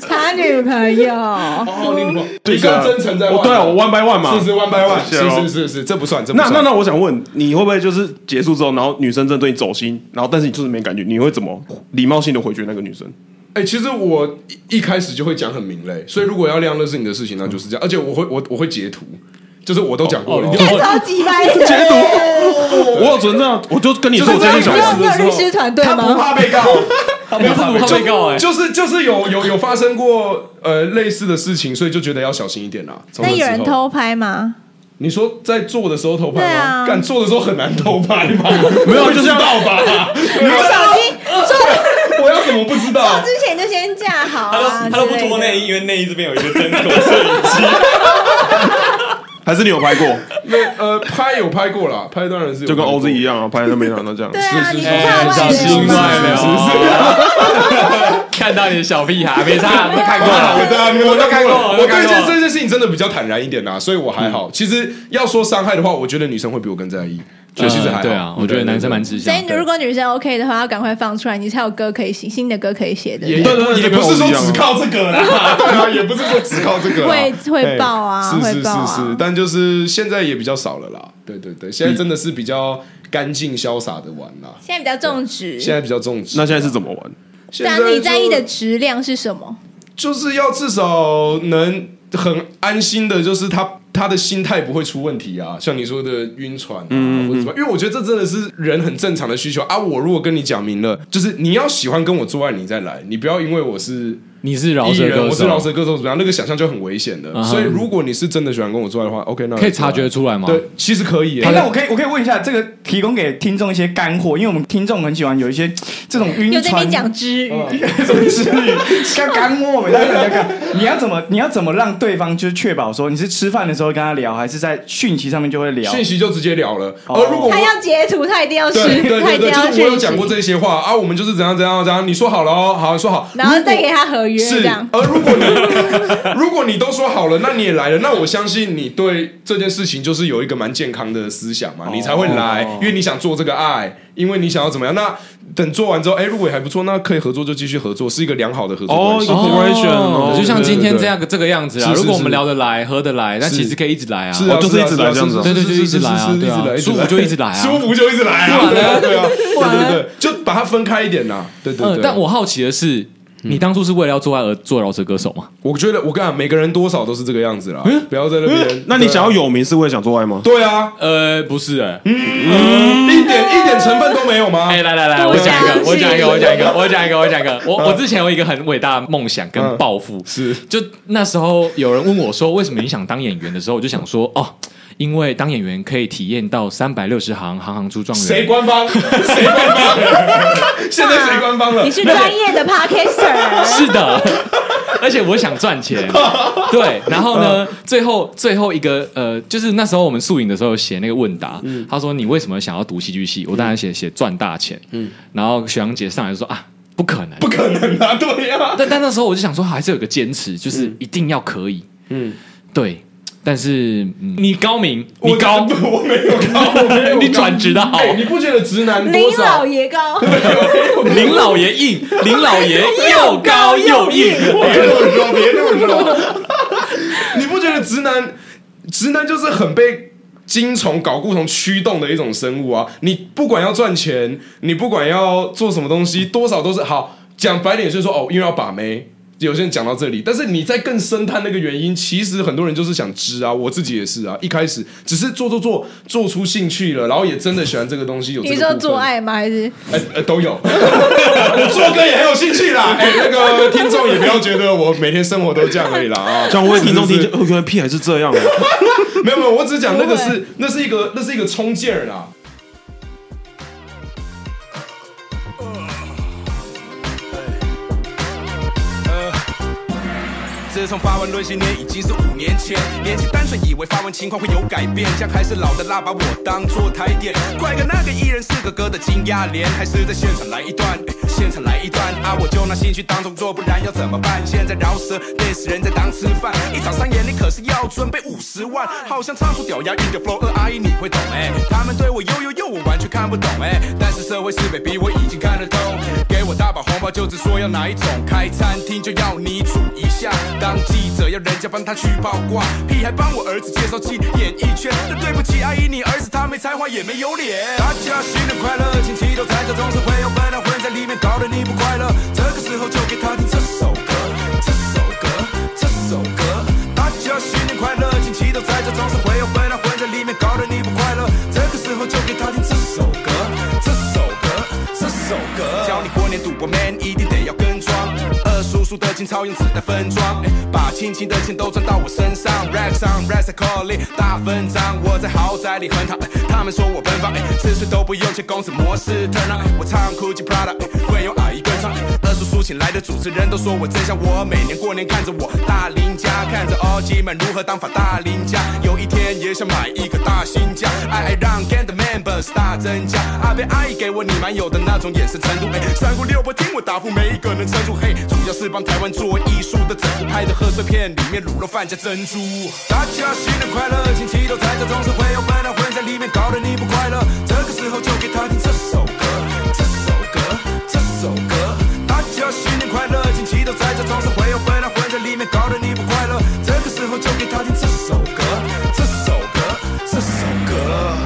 S4: 查女朋友，
S6: 哦，你女朋友，你更真诚在玩，
S1: 我对啊，我 one by one 嘛，
S6: 是是 one by one，
S1: 谢咯
S6: 是是是是，这不算，这不
S1: 那
S6: 算
S1: 那那，我想问，你会不会就是结束之后，然后女生真的对你走心，然后但是你就是没感觉，你会怎么礼貌性的回绝那个女生？
S6: 哎，其实我一一开始就会讲很明嘞，所以如果要亮那是你的事情，那就是这样，而且我会我我会截图，就是我都讲过了，
S4: 哎超级白痴。
S1: 截图，我有存证，我就跟你说，
S6: 就是
S1: 我真的想
S4: 你
S6: 这
S4: 有
S6: 样
S4: 你有律师团队
S5: 他不
S4: 吗？
S5: 怕被告，啊他不怕被告
S3: 他被告哎，
S6: 就是就是有有有发生过呃类似的事情，所以就觉得要小心一点啦。从
S4: 那
S6: 此之
S4: 有
S6: 后
S4: 人？偷拍吗？
S6: 你说在做的时候偷拍
S4: 对
S6: 吗？
S4: 啊
S6: 干、做的时候很难偷拍吗？
S1: 没有，就是要
S6: 好吧，
S4: 你手机做
S6: 我要怎么不知道？
S4: 之前就先架好
S7: 他
S4: 啊，
S7: 都他都不脱内衣，因为内衣这边有一个针 孔摄影机。
S1: 还是你有拍过，
S6: 那呃，拍有拍过啦，拍当然是有
S1: 就跟
S6: 拍过
S1: OZ 一样啊，拍在那边然后这样
S4: 之。类的。对啊，
S6: 是是
S4: 你不
S6: 是
S4: 怕
S3: 小
S4: 外
S3: 心
S4: 流
S3: 外
S4: 吗？
S3: 流。看到你的小屁孩，没差，都 看过
S6: 啊我
S3: 了。
S6: 对啊，你们都看过了。
S3: 我都
S6: 我对
S3: 看过了
S6: 这这件事情真的比较坦然一点啦，啊所以我还好。其实要说伤害的话，我觉得女生会比我更在意，所以其实还好。
S3: 对啊，我觉得男生蛮
S6: 对
S3: 吃
S4: 所
S3: 香
S4: 以。如果女生对 OK 的话，要赶快放出来，你才有歌可以写，新的歌可以写的。
S6: 对也
S1: 对对对
S6: 也
S1: 就跟
S6: 不是
S1: OZ
S6: 说
S1: 一样啊
S6: 只靠这个啦，对啊，也不是说只靠这个啦，
S4: 会会爆啊
S6: 哎是是
S4: 会
S6: 是
S4: 爆啊
S6: 是，但就是现在也比较少了啦，对对对，
S3: 嗯
S6: 现在真的是比较干净潇洒的玩啦，
S4: 现在比较重质，
S6: 现在比较重质。
S1: 那现在是怎么玩？
S6: 现
S4: 对啊
S6: 在，就
S4: 你在意的质量是什么？
S6: 就是要至少能很安心的，就是他他的心态不会出问题啊，像你说的晕船啊，
S3: 嗯
S6: 或者什么，因为我觉得这真的是人很正常的需求啊。我如果跟你讲明了，就是你要喜欢跟我做爱，你再来，你不要因为我是。
S3: 你是饶
S6: 艺
S3: 舌
S6: 人，
S3: 歌
S6: 我是饶
S3: 手，
S6: 舌歌手怎么样？那个想象就很危险的。
S3: 嗯哼
S6: 所以如果你是真的喜欢跟我做爱的话，OK，那
S3: 可以察觉出来吗？
S6: 对，其实可以耶
S5: 哎。那我可以，我可以问一下，这个提供给听众一些干货，因为我们听众很喜欢有一些这种晕
S4: 又在那
S5: 船
S4: 边讲之语，
S6: 嗯
S5: 什么之语，干干我，每天在干。 你要怎么，你要怎么让对方就是确保说你是吃饭的时候跟他聊，还是在讯息上面就会聊？
S6: 讯息就直接聊了。
S5: 哦
S6: 而如果我
S4: 他要截图，他一定要吃，
S6: 对对
S4: 他
S6: 对
S4: 一定
S6: 对，
S4: 要
S6: 就是我有讲过
S4: 讯息
S6: 这些话啊，我们就是怎样怎样怎样，你说好了哦，好说好，
S4: 然后再给他合约这
S6: 是，
S4: 样。
S6: 而如果你 如果你都说好了，那你也来了，那我相信你对这件事情就是有一个蛮健康的思想嘛，你才会来，因为你想做这个爱，因为你想要怎么样。那等做完之后，哎，如果也还不错，那可以合作就继续合作，是一个良好的合作关系。
S1: 哦 Corporation
S3: 哦
S1: 哦
S3: 就像今天
S6: 对对对
S3: 这样这个样子啊。
S6: 是是
S3: 如果我们
S6: 是
S3: 聊得来、合得来，那
S6: 是
S3: 其实可以一直来啊。
S6: 是啊，
S1: 哦就是一直来
S6: 是
S1: 这
S6: 啊
S1: 样子啊
S6: 是
S3: 对对对
S6: 是
S3: 一直
S6: 是
S3: 来啊
S6: 是是
S3: 对啊
S6: 一直来
S3: 舒服就一直来啊
S6: 舒服就一直来啊，
S3: 不
S6: 对
S3: 然
S6: 啊
S3: 呢
S6: 对啊，对
S4: 然呢
S6: 对对，就把它分开一点呐，对对
S3: 嗯
S6: 对。，
S3: 但我好奇的是，你当初是为了要做爱而做饶舌歌手吗？
S6: 我觉得我跟你讲，每个人多少都是这个样子啦，不要在那边。
S1: 那你想要
S6: 有
S1: 有名是为了想做爱吗？
S6: 对啊，
S3: 呃，不是，哎，
S6: 一点一点成分都没有吗？
S3: 哎，来来来，
S4: 不
S3: 我讲一
S4: 相
S3: 个，
S4: 信
S3: 我讲一个，我讲一个，我讲一个，我讲一个。我我之前有一个很伟大的梦想跟
S6: 嗯
S3: 抱负，
S6: 是
S3: 就那时候有人问我说，为什么你想当演员的时候，我就想说，哦，因为当演员可以体验到三百六十行，行行出状元。
S6: 谁官 方？谁官方？现在谁官方了
S4: 你？是专业的 podcaster，啊
S3: 是的， 而且我想赚 钱。对，然后呢，最后最后一个呃，就是那时候我们宿营的时候写那个问答，他说你为什么想要读戏剧系？我当然写写赚大钱。嗯，然后学长姐上来就说啊，不可能，
S6: 不可能啊！对呀，
S3: 但但那时候我就想说，还是有个坚持，就是一定要可以。嗯，对。但是、嗯你高明，你
S6: 我
S3: 高，
S6: 我没有高，我没有 高
S3: 你转职的好
S6: 哎你不觉得直男多
S4: 林老
S6: 少？
S4: 爷 高，
S3: 林老爷硬，林老爷又高又硬。
S6: 别这么说，别这么说。你不觉得直男直男就是很被精虫、睾固酮驱动的一种生物啊？你不管要赚钱，你不管要做什么东西，多少都是好。讲白点就是说，哦，因为要把妹。有些人讲到这里，但是你在更深探那个原因，其实很多人就是想知啊，我自己也是啊，一开始只是做做做做出兴趣了，然后也真的喜欢这个东西，有这个
S4: 你说
S6: 部分
S4: 做爱吗？还是
S6: 呃呃都有， 我做歌也很有兴趣啦。 哎、那个听众也不要觉得我每天生活都这样而已啦啊。
S1: 这样为听众听
S6: 是
S1: 见，
S6: 是
S1: 哦，原来屁还是这 样啊！
S6: 没有没有，我只是讲那个
S4: 不
S6: 是那是一个那是一个冲劲儿啦。
S8: 自从发文论新年已经是五年前，年纪单纯以为发文情况会有改变，像还是老的辣，把我当做台点，怪个那个艺人是个哥的金鸭脸，还是在现场来一段，现场来一段啊，我就拿兴趣当工作，不然要怎么办？现在饶舌累死人在当吃饭，一场商演你可是要准备五十万，好像唱出屌牙音的 flow，二阿姨你会懂哎、他们对我呦呦呦我完全看不懂哎、但是社会是非比我已经看得透，给我大把红包就只说要哪一种，开餐厅就要你煮一下，当记者要人家帮他去八卦，屁孩帮我儿子介绍进演艺圈，但对不起阿姨，你儿子他没才华也没有脸。大家新年快乐，亲戚都在这，总是会有笨蛋混在里面，搞得你不快乐。这个时候就给他听这首歌，这首歌，这首歌。大家新年快乐，亲戚都在这，总是会有笨蛋混在里面，搞得你不快乐。这个时候就给他听这首歌，这首歌，这首歌。教你过年赌博，man 一定得要跟装。二叔叔的情操用纸袋分装，哎把亲戚的钱都赚到我身上。Rack 上 r a c k c a l l i 大分赃，我在豪宅里很躺，哎他们说我奔放，哎吃水都不用钱，公司模式 turn on，哎我唱 Gucci Prada，哎会有阿姨跟唱。哎二叔叔请来的主持人都说我真像我，每年过年看着我大邻家，看着奥基们如何当法大邻家，有一天也想买一个大新家，爱爱让 Gang 的 members 大增加，阿贝阿姨给我你蛮有的那种眼神程度，哎，三姑六婆听我答复，没一个能撑住，嘿，主要是帮台湾做艺术的整部拍的贺岁片里面卤肉饭加珍珠，大家新年快乐，亲戚都在这，总是会有笨蛋混在里面，搞得你不快乐，这个时候就给他听这首歌，这首歌，这首歌。大家新年快乐，亲戚都在这，总是会有笨蛋混在里面，搞得你不快乐。这个时候就给他听这首歌，这首歌，这首歌。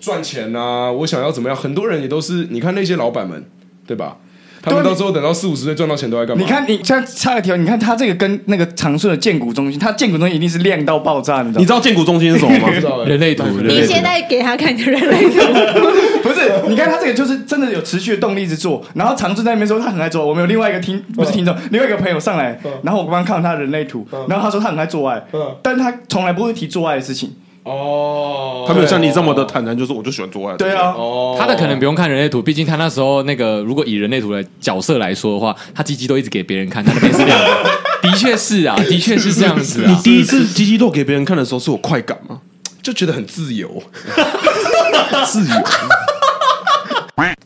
S6: 赚钱啊，我想要怎么样？很多人也都是，你看那些老板们，对吧？他们到时候等到四五十岁赚到钱都在干嘛？
S5: 你看，你像插个哦条，你看他这个跟那个长顺的建股中心，他建股中心一定是亮到爆炸，你知
S1: 你
S5: 道吗？
S1: 知道建股中心是什么吗？
S6: 不 知道欸
S3: 人类图，人
S4: 你
S3: 类图
S4: 现在给他看你的人类图，
S5: 不是，你看他这个就是真的有持续的动力一直做。然后长春在那边说他很爱做，我们有另外一个听不是听众，
S6: 嗯
S5: 另外一个朋友上来，然后我刚刚看到他的人类图，然后他说他很爱做爱
S6: 嗯，
S5: 但他从来不会提做爱的事情。
S6: 哦，
S1: 他没有像你这么的坦然，就是我就喜欢做爱。
S5: 对啊，
S6: 哦，
S3: 他的可能不用看人类图，毕竟他那时候那个，如果以人类图的角色来说的话，他鸡鸡都一直给别人看，他那边是亮 的，的确是 啊，的确是这样子
S1: 你
S3: 啊。
S1: 第一次鸡鸡肉给别人看的时候是有快感吗？
S6: 就觉得很自由，自由。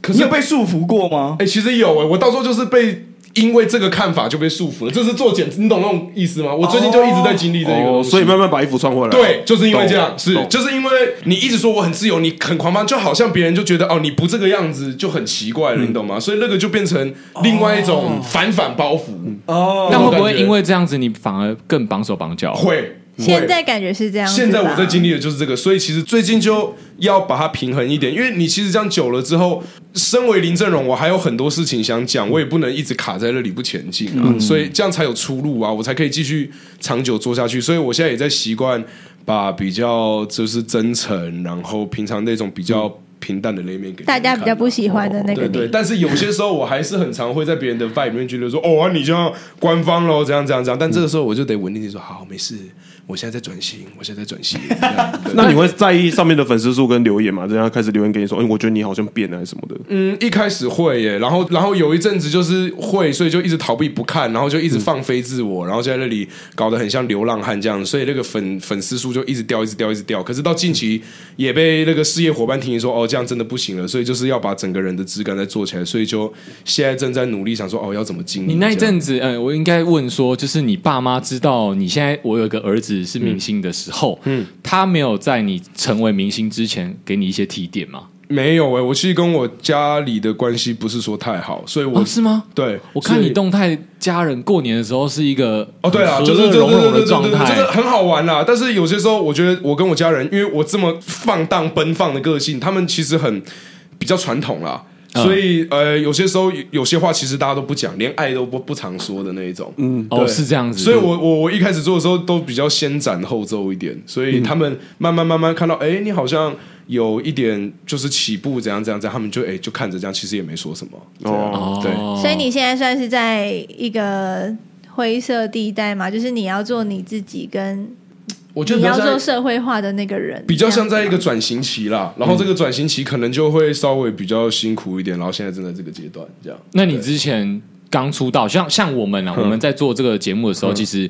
S6: 可
S5: 你
S6: 是
S5: 有被束缚过吗？
S6: 哎、其实有哎、我到时候就是被因为这个看法就被束缚了，这是做减，你懂那种意思吗？我最近就一直在经历这个东西、
S1: 所以慢慢把衣服穿回来。
S6: 对，就是因为这样，
S1: 啊懂
S6: 是
S1: 懂
S6: 就是因为你一直说我很自由，你很狂放，就好像别人就觉得哦你不这个样子就很奇怪了，你懂吗？所以那个就变成另外一种反反包袱，
S5: 哦，
S3: 那会不会因为这样子，你反而更绑手绑脚？
S6: 会。会
S4: 现在感觉是这样子吧。
S6: 现在我在经历的就是这个，所以其实最近就要把它平衡一点，因为你其实这样久了之后，身为林正荣，我还有很多事情想讲，我也不能一直卡在那里不前进啊，
S4: 嗯
S6: 所以这样才有出路啊，我才可以继续长久做下去。所以我现在也在习惯把比较就是真诚，然后平常那种比
S4: 嗯
S6: 较平淡的那一面给
S4: 大家
S6: 别人看
S4: 比较不喜欢的那个
S6: 哦对 对，但是有些时候我还是很常会在别人的 vibe 里面觉得说，哦，啊、你这样官方喽，这样这样这样。但这个时候我就得稳定地说，好，没事，我现在在转型，我现在在 转型。这样对
S1: 那你会在意上面的粉丝数跟留言吗？人家开始留言给你说，哎、我觉得你好像变了还是什么的。
S6: 嗯，一开始会耶，然后然后有一阵子就是会，所以就一直逃避不看，然后就一直放飞自我，然后就在那里搞得很像流浪汉这样，所以那个粉粉丝数就一直掉，一直掉，一直掉。可是到近期也被那个事业伙伴提醒说，哦，这样真的不行了，所以就是要把整个人的质感再做起来，所以就现在正在努力想说，哦，要怎么经营这
S3: 你
S6: 样。
S3: 那一阵子，嗯，我应该问说，就是你爸妈知道你现在我有一个儿子是明星的时候，嗯，他没有在你成为明星之前给你一些提点吗？
S6: 没有哎、我其实跟我家里的关系不是说太好，所以我、
S3: 哦，是吗？
S6: 对，
S3: 我看
S6: 所以
S3: 你动态，家人过年的时候是一个
S6: 哦，对啊，
S3: 和
S6: 就是
S3: 乐融融的状
S6: 这
S3: 态
S6: 个，很好玩啦。但是有些时候，我觉得我跟我家人，因为我这么放荡奔放的个性，他们其实很比较传统啦。
S3: 嗯
S6: 所以，呃，有些时候有有些话其实大家都不讲，连爱都不不常说的那一种。嗯，
S3: 哦，是这样子。
S6: 所以我我我一开始做的时候都比较先斩后奏一点，所以他们慢慢慢慢看到，哎、你好像有一点就是起步怎样怎样怎样，他们就哎、就看着这样，其实也没说什么。
S1: 哦，
S3: 哦，
S6: 对
S4: 所以你现在算是在一个灰色地带嘛，就是你要做你自己，跟
S6: 我觉得
S4: 你
S6: 比
S4: 要
S6: 较
S4: 做
S6: 像
S4: 社会化的那个人，
S6: 比较像
S4: 这
S6: 在
S4: 样
S6: 一
S4: 子啊
S6: 个转型期啦，然后这个转型期可能就会稍微比较辛苦一点，然后现在正在这个阶段这样。
S3: 那你之前刚出道，像像我们啊，我们在做这个节目的时候，其实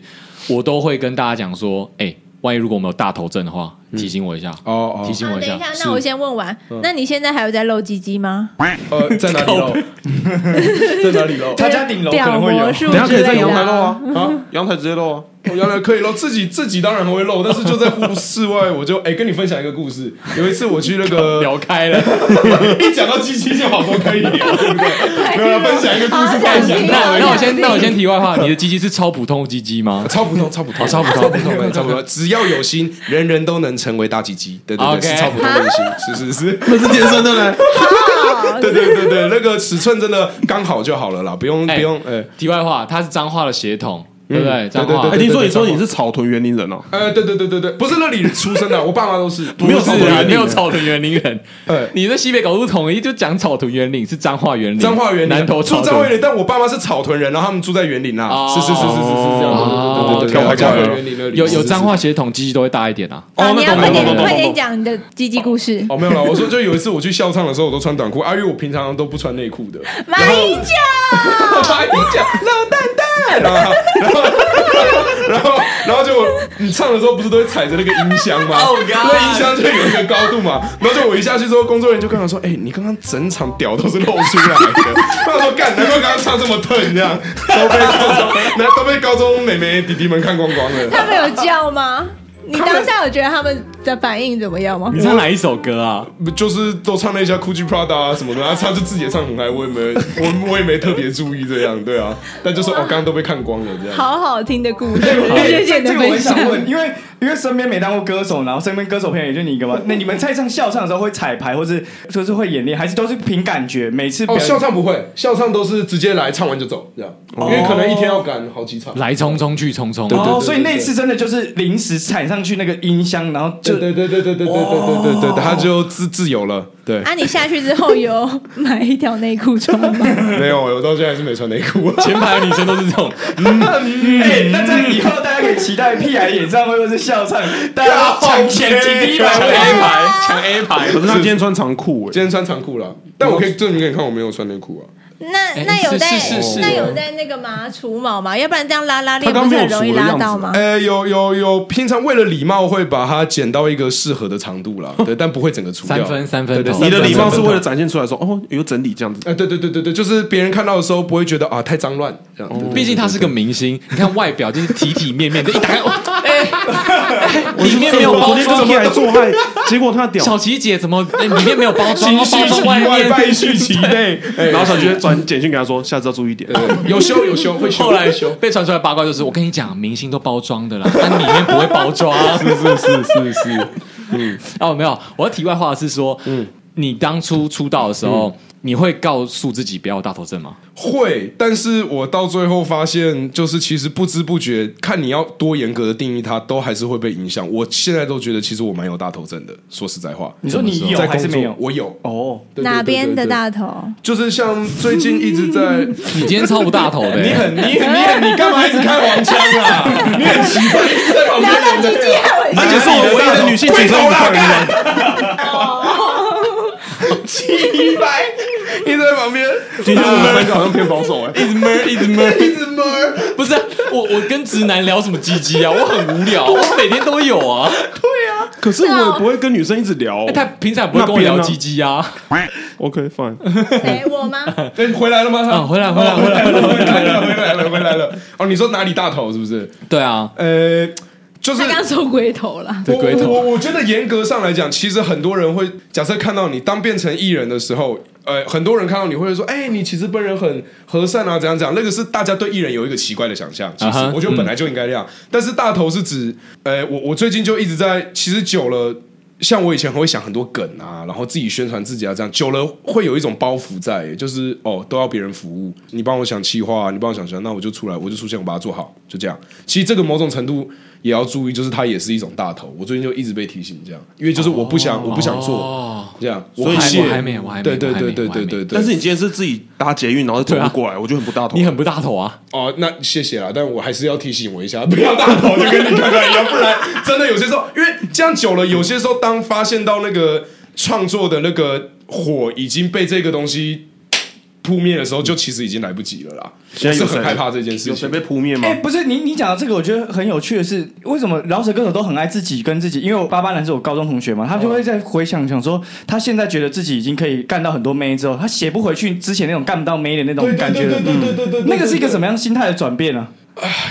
S3: 我都会跟大家讲说，哎，万一如果我们有大头症的话，提醒我一下，
S6: 哦
S3: 提
S6: 哦，
S3: 醒
S4: 哦
S3: 我
S4: 等一下，嗯
S3: 是
S4: 那我先问完。那你现在还有在露鸡鸡吗？
S6: 呃，在哪里喽？ 在哪里喽？
S5: 他家顶楼可
S4: 屌
S5: 能会有
S4: 魔，术
S1: 等一下可以在
S4: 之类的
S1: 阳台
S4: 啊
S1: 露啊，啊，阳台直接露啊。
S6: 哦原来可以喽，自己自己当然会漏，但是就在户室外，我就哎、跟你分享一个故事。有一次我去那个
S3: 聊开了，
S6: 一讲到鸡鸡就好多可以聊，对不对？没有来分享一个故
S4: 好
S6: 事，
S4: 想
S6: 分享
S4: 听
S6: 一
S4: 哦
S6: 个
S3: 那我那我
S4: 想
S3: 先
S4: 听
S3: 那我先题外话，你的鸡鸡是超普通的鸡鸡吗？
S6: 超普通，超普通，
S3: 超普通
S6: 超普通的，超普通。只要有心，人人都能成为大鸡鸡。对对
S3: OK
S6: 对，是超普通的心，是是是。
S1: 那是天生的嘞。
S4: 好
S6: 对对对对，那个尺寸真的刚好就好了啦，不用
S3: 哎
S6: 不用，哎，
S3: 题外话，它是脏话的血统，对不对？脏
S1: 哎、
S3: 话
S6: 对对
S1: 听说你说你是草屯园林人哦，
S6: 呃，对对对对对，不是那里出生的，我爸妈都是。
S3: 不是
S1: 草屯
S3: 啊，
S1: 园林
S3: 没有草屯园林人
S6: 哎，
S3: 你在西北搞不统一就讲草屯园林是彰化园林，啊
S6: 彰化园林
S3: 南投
S6: 住
S3: 草
S6: 彰化园
S3: 屯。
S6: 林，但我爸妈是草屯人，然后他们住在园林啦。
S3: 哦
S6: 是是是是是是这样，对对对对
S1: 哦
S6: 对，彰化
S1: 跳
S6: 园林那里
S3: 有
S6: 是
S3: 有
S6: 是
S3: 脏话血统，鸡鸡都会大一点啊。
S4: 好哦你要快
S1: 懂
S4: 点
S1: 懂
S4: 快点
S1: 懂
S4: 讲你的鸡鸡故事。
S6: 哦，没有啦，我说就有一次我去校唱的时候，我都穿短裤，啊，因为我平常都不穿内裤的。
S4: 马英九，
S6: 白讲 老蛋蛋，然后然后然后然后就你唱的时候不是都会踩着那个音箱 吗？那音箱就有一个高度嘛，然后就我一下去之后，工作人员就跟我说：“哎、你刚刚整场屌都是露出来的。”他说：“干，难怪刚刚唱这么疼，这样都被高中，那都被高中美眉弟弟们看光光了。
S4: 他们有叫吗？你当下有觉得他们的反应怎么样吗
S3: 你？唱哪一首歌啊？
S6: 就是都唱那一下 Gucci Prada 啊什么的，然后他就自己也唱很嗨，我也没我我也没特别注意这样，对啊，但就说哦，刚刚都被看光了这样。”
S4: 好好听的故事，
S5: 哎
S4: 谢谢你
S5: 这
S4: 的
S5: 个我
S4: 分
S5: 很
S4: 享
S5: 想。问，因为因为身边没当过歌手，然后身边歌手朋友也就你一个嘛。那你们在唱校唱的时候会彩排，或是就是会演练，还是都是凭感觉？每次表
S6: 哦，
S5: 演
S6: 校唱不会，校唱都是直接来唱完就走，这样，因为可能一天要赶好几场。
S3: 来匆匆去匆匆，
S6: 对对
S5: 哦，所以那次真的就是临时踩上去那个音箱，然后就
S6: 对对对对对对对对对对对，他就自自由了。对，
S4: 啊，你下去之后有买一条内裤穿吗？
S6: 没有，我到现在还是没穿内裤。
S3: 前排的女生都是这 种，
S5: 哎，那这样以后大家可以期待屁孩演唱会或是校唱，大家都抢前几第一排
S3: 抢
S5: 位
S3: A 排，抢 A 排，
S1: 可是他今天穿长裤哎、
S6: 今天穿长裤了，但我可以证明给你看，我没有穿内裤啊。
S4: 那
S3: 哎
S4: 那有
S3: 是
S4: 在
S3: 是是
S4: 那
S3: 是
S4: 有在那个吗？除毛吗？要不然这样拉拉链
S1: 他刚
S4: 不是
S1: 没有
S4: 很容易
S1: 除的
S4: 拉
S1: 样子
S4: 到
S1: 吧
S4: 吗？
S6: 呃，有有有，平常为了礼貌会把它剪到一个适合的长度啦，对，但不会整个除掉。
S3: 三分三分
S6: 对对
S3: 头
S6: 三
S1: 你
S6: 分
S1: 的礼貌是
S6: 三分
S1: 为了展现出来说，哦，有整理这样子。
S6: 哎，对对对对对，就是别人看到的时候不会觉得啊太脏乱这样。对对
S3: 毕竟他是个明星，你看外表就是体体面 面的，一打开，哇哎，里面没有
S1: 我
S3: 包
S1: 昨天怎
S3: 装
S1: 么。来做爱，结果他的屌，
S3: 小琪姐怎么哎里面没有 包装，包装外面？
S6: 败絮其内，哎
S1: 然后小菊转简讯给他说，下次要注意一点。
S6: 对有修有修会修。
S3: 后 来
S6: 会修
S3: 被传出来八卦就是，我跟你讲，明星都包装的啦， 但里面不会包装。是是是是是，嗯，哦，没有，我的题外话是说，嗯，你当初出道的时
S6: 嗯
S3: 候，你会告诉自己不要有大头症吗？
S6: 会，但是我到最后发现，就是其实不知不觉，看你要多严格的定义它，都还是会被影响。我现在都觉得，其实我蛮有大头症的。说实在话，
S5: 你说你有
S6: 在
S5: 还
S6: 工
S5: 是
S6: 作
S5: 没有？
S6: 我有，
S5: 哦，
S6: 对
S4: 哪边的？
S6: 对对对对
S4: 大 头？
S6: 就是像最近一直在，
S3: 你今天超不大头的、欸
S6: 你很你很你
S4: 哎
S6: 很你干嘛一直开黄腔啊？你很奇怪，一直在旁边聊这个。
S1: 而且是我唯一的女性主持人，
S6: 一百，一直在旁边，
S1: 今天我们三个好像偏保守哎、
S3: 一直闷，一直闷，
S6: 一直闷儿。
S3: 不是啊、我我跟直男聊什么鸡鸡啊？我很无聊，我每天都有
S6: 哦
S3: 啊。
S1: 可是我也不会跟女生一直聊
S3: 哎。他平常也不会跟我聊鸡鸡啊。
S1: OK fine，
S4: 谁我吗？
S6: 哎，回来了吗？
S3: 啊，回来回来回来，
S6: 回来了， 回来了，回来了。哦，你说哪里大头是不是？
S3: 对啊，
S6: 呃，就 是
S4: 他刚说龟头了。
S6: 我
S3: 龟头
S6: 我我觉得严格上来讲，其实很多人会假设看到你当变成艺人的时候，呃，很多人看到你会说，哎、你其实本人很和善啊，怎样怎样。那个是大家对艺人有一个奇怪的想象，其实、
S3: 啊哈
S6: 我觉得本来就应该那样。但是大头是指，呃，我我最近就一直在，其实久了。像我以前很会想很多梗啊，然后自己宣传自己啊，这样久了会有一种包袱在，也就是哦，都要别人服务。你帮我想企划、啊，你帮我想想，那我就出来，我就出现，我把它做好，就这样。其实这个某种程度也要注意，就是它也是一种大头。我最近就一直被提醒这样，因为就是我不想，我不想做、
S3: 哦
S6: 这样，
S3: 我
S6: 我
S3: 还
S6: 谢
S3: 我还没我还没
S6: 对对
S3: 我还没
S6: 对对
S3: 我还
S6: 对
S3: 没
S6: 对对。啊
S1: 但是你今天是自己搭捷运，然后走路过来，我觉得很不大头。
S3: 你很不大头啊。
S6: 哦，那谢谢啦，但我还是要提醒我一下，不要大头就跟你刚刚一样，不然真的有些时候，因为这样久了，有些时候当发现到那个创作的那个火已经被这个东西扑灭的时候，就其实已经来不及了啦。
S1: 现在
S6: 是
S1: 有
S6: 很
S1: 谁
S6: 害怕这件事
S1: 有谁
S6: 情
S1: 被。扑灭吗
S5: 哎、？不是你，你讲到这个，我觉得很有趣的是，为什么饶舌歌手都很爱自己跟自己？因为我八八男是我高中同学嘛，他就会在回想想说，他现在觉得自己已经可以干到很多妹之后，他写不回去之前那种干不到妹的那种感觉了。
S6: 对对对
S5: 那个是一个什么样心态的转变啊？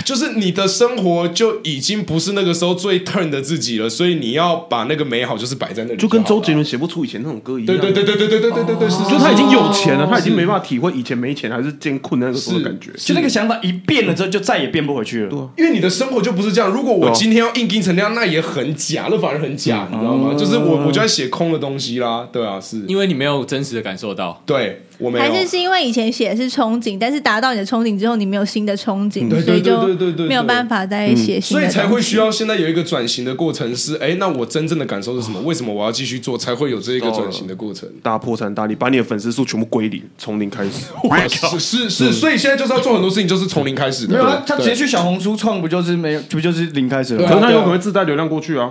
S6: 就是你的生活就已经不是那个时候最 turn 的自己了，所以你要把那个美好就是摆在那里
S1: 就跟周杰
S6: 伦
S1: 伦写不出以前那种歌一样。
S6: 对对对哦对对对对对对对，是
S1: 就他已经有钱了，他已经没办法体会以前没钱还是艰困的那个时候的感觉。
S5: 就那个想法一变了之后，就再也变不回去了。
S6: 因为你的生活就不是这样。如果
S5: 啊
S6: 我今天要硬盯成那样，那也很假，那反而很假，
S5: 嗯
S6: 你知道吗？就是我我就在写空的东西啦，对啊，是，
S3: 因为你没有真实的感受到，
S6: 对我没
S4: 还是
S6: 有。
S4: 是因为以前写的是憧憬，但是达到你的憧憬之后，你没有新的憧憬，
S6: 对对
S4: 所以就
S6: 嗯对对对对对
S4: 没有办法再写新
S6: 所
S4: 的、
S6: 以才会需。要现在有一个转型的过程是，哎，那我真正的感受是什
S5: 哦
S6: 么？为什么我要继续做？才会有这一个转型的 过程。
S1: 大破产大力，把你的粉丝数全部归零，从零开始。
S6: 是是是，所以现在就是要做很多事情，就是从零开始的。
S5: 嗯没有，
S6: 对
S5: 他他直接去小红书创，不就是没有，不就是零开始了
S6: 对
S1: 可
S5: 吗？
S6: 啊
S1: 能他有可能会自带流量过去啊。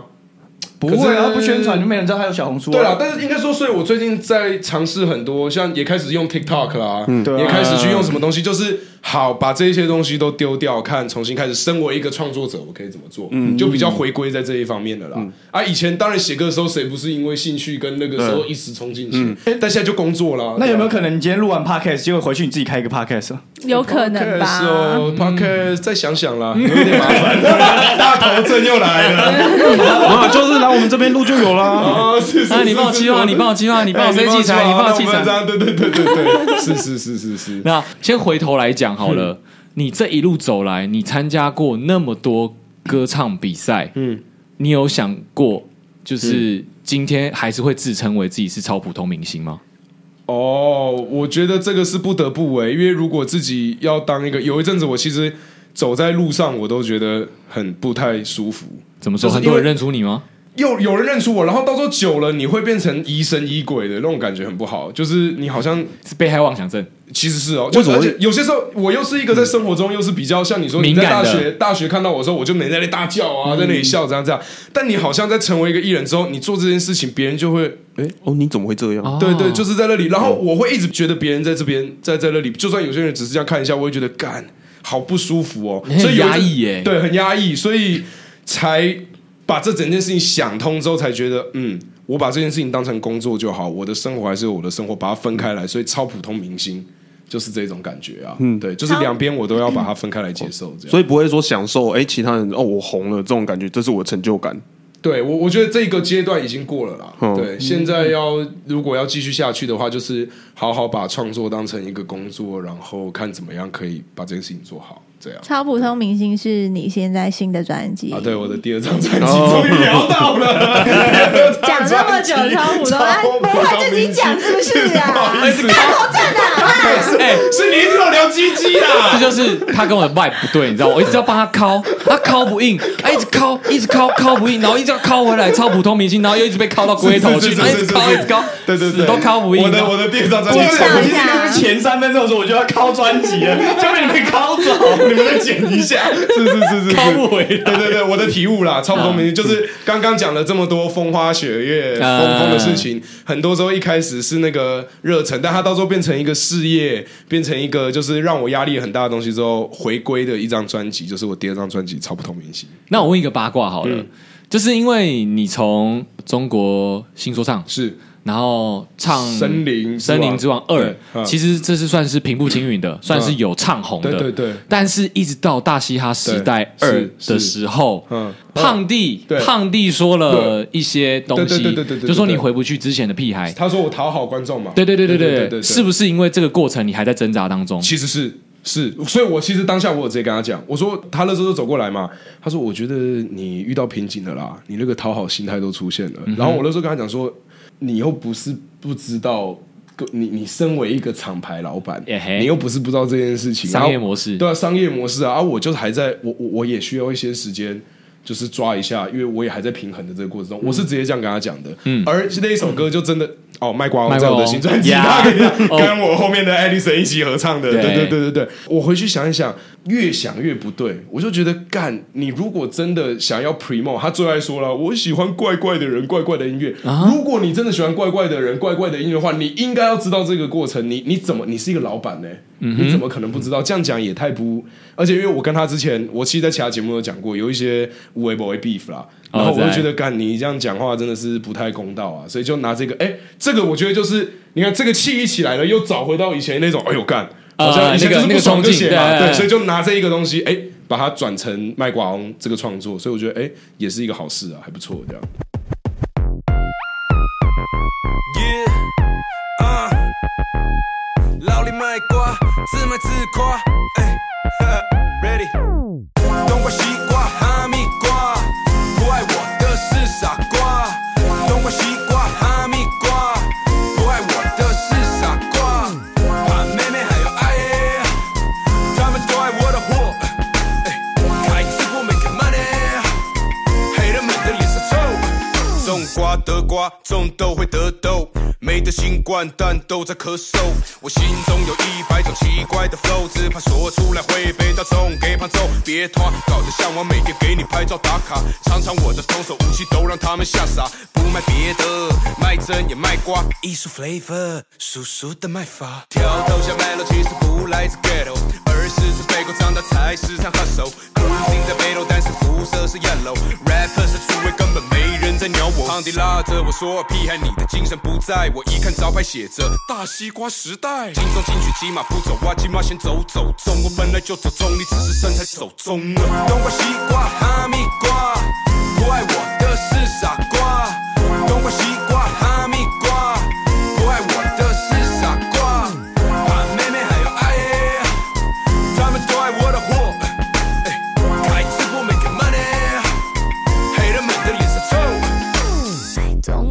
S5: 不
S6: 可是
S5: 会啊，他不宣传就没人知道他有小红书、啊。
S6: 对啦，但是应该说，所以我最近在尝试很多，像也开始用 TikTok 啦，
S5: 对啊
S6: 也开始去用什么东西，就是好把这些东西都丢掉，看重新开始。身为一个创作者，我可以怎么做？嗯，就比较回归在这一方面的啦。啊，以前当然写歌的时候，谁不是因为兴趣跟那个时候一时冲进去？哎但现在就工作啦。
S5: 那有没有可能你今天录完 podcast，结果回去你自己开一个 podcast？啊
S4: 有可能吧。
S6: 是哦，Podcast 再想想啦，有点麻 烦，大头症又来 了。
S1: 啊，就是来我们这边录就有啦。
S6: 哦，是是是
S3: 啊，你帮我
S6: 是
S3: 计划，
S6: 我
S3: 你帮我计划，你帮我
S6: 哎
S3: 塞器材，你
S6: 你
S3: 帮我
S6: 我
S3: 器材
S6: 们这。样对对对对对， 是是是是是。
S3: 那先回头来讲好了，你这一路走来，你参加过那么多歌唱比赛，嗯，你有想过，
S6: 嗯
S3: 就是今天还是会自称为自己是超普通明星吗？
S6: 哦，我觉得这个是不得不为，因为如果自己要当一个，有一阵子我其实走在路上，我都觉得很不太舒服。
S3: 怎么说？
S6: 就是
S3: 很多
S6: 因
S3: 人
S6: 为
S3: 认出你吗？
S6: 又有人认出我，然后到时候久了，你会变成疑神疑鬼的那种感觉，很不好。就是你好像
S3: 是被害妄想症？
S6: 其实是哦，
S1: 为
S6: 就
S1: 什
S6: 是
S1: 么
S6: 而
S1: 会
S6: 且有些时候我又是一个在生活中又是比较像你说你
S3: 敏
S6: 在
S3: 感
S6: 大
S3: 的
S6: 学大学看到我的时候，我就没在那里大叫啊，在那里笑这样这样。但你好像在成为一个艺人之后，你做这件事情，别人就会
S1: 哎、哦，你怎么会这样？
S3: 哦嗯
S6: 对对，就是在那里。然后我会一直觉得别人在这边，在在那里，就算有些人只是这样看一下，我会觉得干好不舒服哦
S3: 你，很
S6: 所以有一阵
S3: 压抑耶
S6: 对，很压抑，所以才把这整件事情想通之后，才觉得嗯，我把这件事情当成工作就好，我的生活还是有我的生活，把它分开来，所以超普通明星。就是这种感觉啊，嗯，对，就是两边我都要把它分开来接受，这样。
S1: 所以不会说享受哎、其他人哦，我红了这种感觉，这是我的成就感。
S6: 对我，我觉得这个阶段已经过了啦。
S1: 嗯
S6: 对，现在要如果要继续下去的话，就是好好把创作当成一个工作，然后看怎么样可以把这件事情做好。这样
S4: 超普通明星是你现在新的专辑
S6: 啊，对，我的第二张专辑
S1: 哦
S6: 终于聊到了，第二张
S4: 讲这么久
S6: 专辑
S4: 超普通，哎
S6: 超普
S4: 不
S6: 通
S4: 会自己讲是不是
S6: 不好
S4: 啊？
S6: 意思，
S3: 哎、
S6: 是你一直有聊鸡鸡啦。
S3: 这就是他跟我的 vibe 不对，你知道吗，我一直要帮他敲，他敲不硬，他一直敲，一直敲，敲不硬，然后一直要敲回来，超普通明星，然后又一直被敲到龟头去，
S6: 是是是
S3: 然后一直敲，一
S6: 是是
S3: 直敲，
S6: 对对对，
S3: 死都敲不硬。
S6: 我的
S3: 然后
S6: 我的第二张专
S4: 介
S6: 辑，
S4: 绍一
S5: 就是
S4: 下，
S5: 啊前三分钟的时候我就要敲专辑了， 就被你们敲走。
S6: 你们再剪一下，是是是是，
S3: 敲不回来
S6: 对对对，我的体悟啦，差不多没事。就是刚刚讲了这么多风花雪月、
S3: 嗯
S6: 风风的事情，很多时候一开始是那个热忱，但它到时候变成一个事业，变成一个就是让我压力很大的东西之后，回归的一张专辑，就是我第二张专辑《超不同明星》。
S3: 那我问一个八卦好
S6: 嗯
S3: 了，就是因为你从中国新说唱，
S6: 是
S3: 然后唱《
S6: 森林之
S3: 森林之王二
S6: 对》，嗯
S3: 其实这是算是平步青云的，算是有唱红的，
S6: 对对对
S3: 但是一直到大嘻哈时代
S6: 对
S3: 二
S6: 是是
S3: 的时候，
S6: 嗯
S3: 胖弟
S6: 对
S3: 胖弟说了一些东
S6: 对对
S3: 西
S6: 对对对对，对
S3: 就说你回不去之前的屁孩。
S6: 他说我讨好观众嘛？
S3: 对对对对
S6: 对
S3: 对
S6: 对，
S3: 是不是因为这个过程你还在挣扎当中？
S6: 其实是是，所以我其实当下我有直接跟他讲，我说他那时候走过来嘛，他说我觉得你遇到瓶颈了啦，你那个讨好心态都出现了。
S3: 嗯
S6: 然后我那时候跟他讲说，你又不是不知道。你你身为一个厂牌老板
S3: 耶哎嘿，
S6: 你又不是不知道这件事情，
S3: 商业
S6: 然后
S3: 模式
S6: 对啊，商业模式啊，啊，我就是还在，我我我也需要一些时间，就是抓一下，因为我也还在平衡的这个过
S3: 嗯
S6: 程中，我是直接这样跟他讲的，嗯，而那一首歌就真的，哦，卖瓜，
S3: 卖
S6: 在
S3: 瓜
S6: 我的
S3: 王
S6: 新专辑，
S3: 呀
S6: 他 跟
S3: 哦
S6: 跟我后面的艾丽森一起合唱的，
S3: 对
S6: 对对对对对，我回去想一想，越想越不对，我就觉得干，你如果真的想要 primo，他最爱说了，我喜欢怪怪的人，怪怪的音乐。
S3: 啊
S6: 如果你真的喜欢怪怪的人，怪怪的音乐的话，你应该要知道这个过程，你你怎么，你是一个老板呢、
S3: 嗯
S6: 你怎么可能不知道？这样讲也太不，而且因为我跟他之前，我其实在其他节目有讲过，有一些无为不为 beef 啦，然后我就觉得，干你这样讲话真的是不太公道啊，所以就拿这个，哎，这个我觉得就是，你看这个气一起来了，又找回到以前那种，哎呦干，好像以前就是不爽就写嘛，对，所以就拿这一个东西，哎，把它转成卖瓜翁这个创作，所以我觉得，哎，也是一个好事啊，还不错，这样。
S8: Yeah，啊，老李卖瓜，自卖自夸，哎哈哈，Ready，冬瓜西瓜哈密瓜，不爱我的是傻瓜，冬瓜西瓜哈密瓜，不爱我的是傻瓜，怕妹妹还有阿爷，他们都爱我的货，哎，开直播 make money。黑人们的脸色臭。种瓜得瓜，种豆会得豆，没得新冠但都在咳嗽。我心中有一百种奇怪的 flow，只怕说出来会被大众给胖揍。别拖，搞得像我每天给你拍照打卡，尝尝我的童叟无欺，都让他们吓傻。不卖别的，卖真也卖瓜，艺术 flavor，叔叔的卖法。挑逗下麦 e 其实不来自 ghetto，而是自背后长大才时常 hustle。Cruising 在北头，但是肤色是 yellow。Rapper 是出位，根本没人在鸟我。胖迪拉着我说：“屁孩，你的精神不在。”我一看招牌写着“大西瓜时代”，轻松进取，骑马不走哇，骑马先走走中。我本来就走中，你只是身材走中了。冬瓜、西瓜、哈密瓜，不爱我的是傻瓜。冬瓜、西瓜、哈密瓜，不爱我的是傻瓜。怕妹妹还有阿爷。他们都爱我的货，哎，开直播 make money，黑人们的脸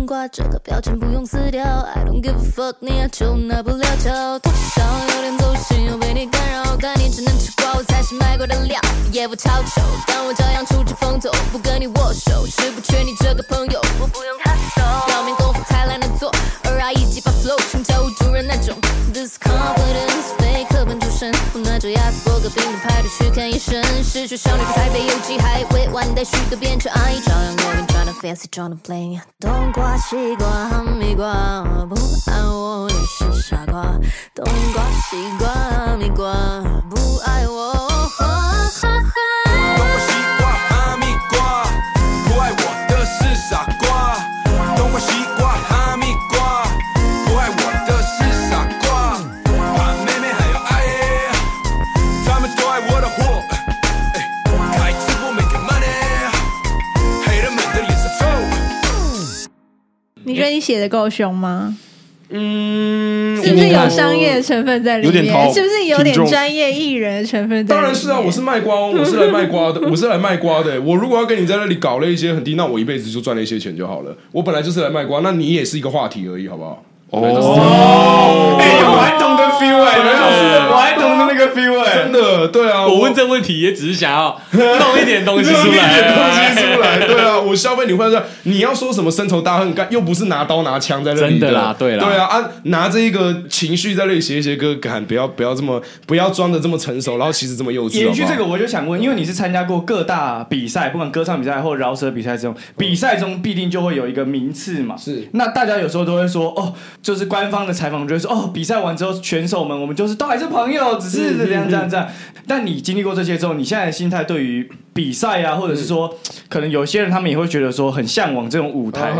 S9: 啊，这个标签不用撕掉。I don't give a fuck，你要求拿不了球。头上有点走心，又被你干扰，但你只能吃瓜，我才是卖瓜的料。也不超丑，但我照样出去疯走，不跟你握手，是不缺你这个朋友。我不用他的手，表面功夫才懒得做，二阿姨鸡巴 flow，像教务主任那种。This confidence 非课本出身，我拿着雅思伯格病人排队去看医生，失学少女在台北有机还未完待续的变成阿姨，照样有人 t r y n fancy t r y n bling，冬瓜西瓜哈密瓜，不爱我你是傻瓜，冬瓜西瓜哈密瓜，不爱我。哈哈哈。
S8: 冬瓜西瓜哈密瓜，不爱我的是傻瓜。冬瓜西瓜哈密瓜，不爱我的是傻瓜。把妹妹还有阿爷，他们都爱我的货。哎开直播 make money，黑人们的脸色臭。
S4: 你觉得你写的够凶吗？
S1: 嗯，
S4: 是不是有商业的成分在里
S1: 有点
S4: 面？
S1: 掏
S4: 是不是有
S1: 听
S4: 点
S1: 众
S4: 专业艺人的成分在里面？
S6: 当然是啊，我是卖瓜哦，我是来卖瓜 的，我是来卖瓜的。我如果要跟你在那里搞了一些很低，那我一辈子就赚了一些钱就好了。我本来就是来卖瓜，那你也是一个话题而已，好不好？哦
S5: 哎，我还懂得 feel 哎，刘老师，我还懂得那个 feel 哎
S6: 真。的，对啊，
S3: 我问这问题也只是想要弄一点东西出来，
S6: 东西出来，对啊，我消费你会说，你要说什么深仇大恨，干又不是拿刀拿枪在那里
S3: 真的啦对啦
S6: 对啊啊，拿这一个情绪在那里写一写歌，干不要不要这么不要装的这么成熟，然后其实这么幼稚，
S1: 哦
S5: 延续
S6: 好
S5: 这
S6: 不
S5: 个，
S6: 好
S5: 我就想问，因为你是参加过各大比赛，不管歌唱比赛或饶舌比赛这种比赛中，必定就会有一个名次嘛。
S6: 是
S5: 那大家有时候都会说，哦，就是官方的采访就会说，哦，比赛完之后，选手们我们就是都还是朋友，只是
S6: 嗯
S5: 这样这样这样。但你经历过这些之后，你现在的心态对于比赛啊，或者是说，可能有些人他们也会觉得说很向往这种舞
S6: 啊
S5: 台，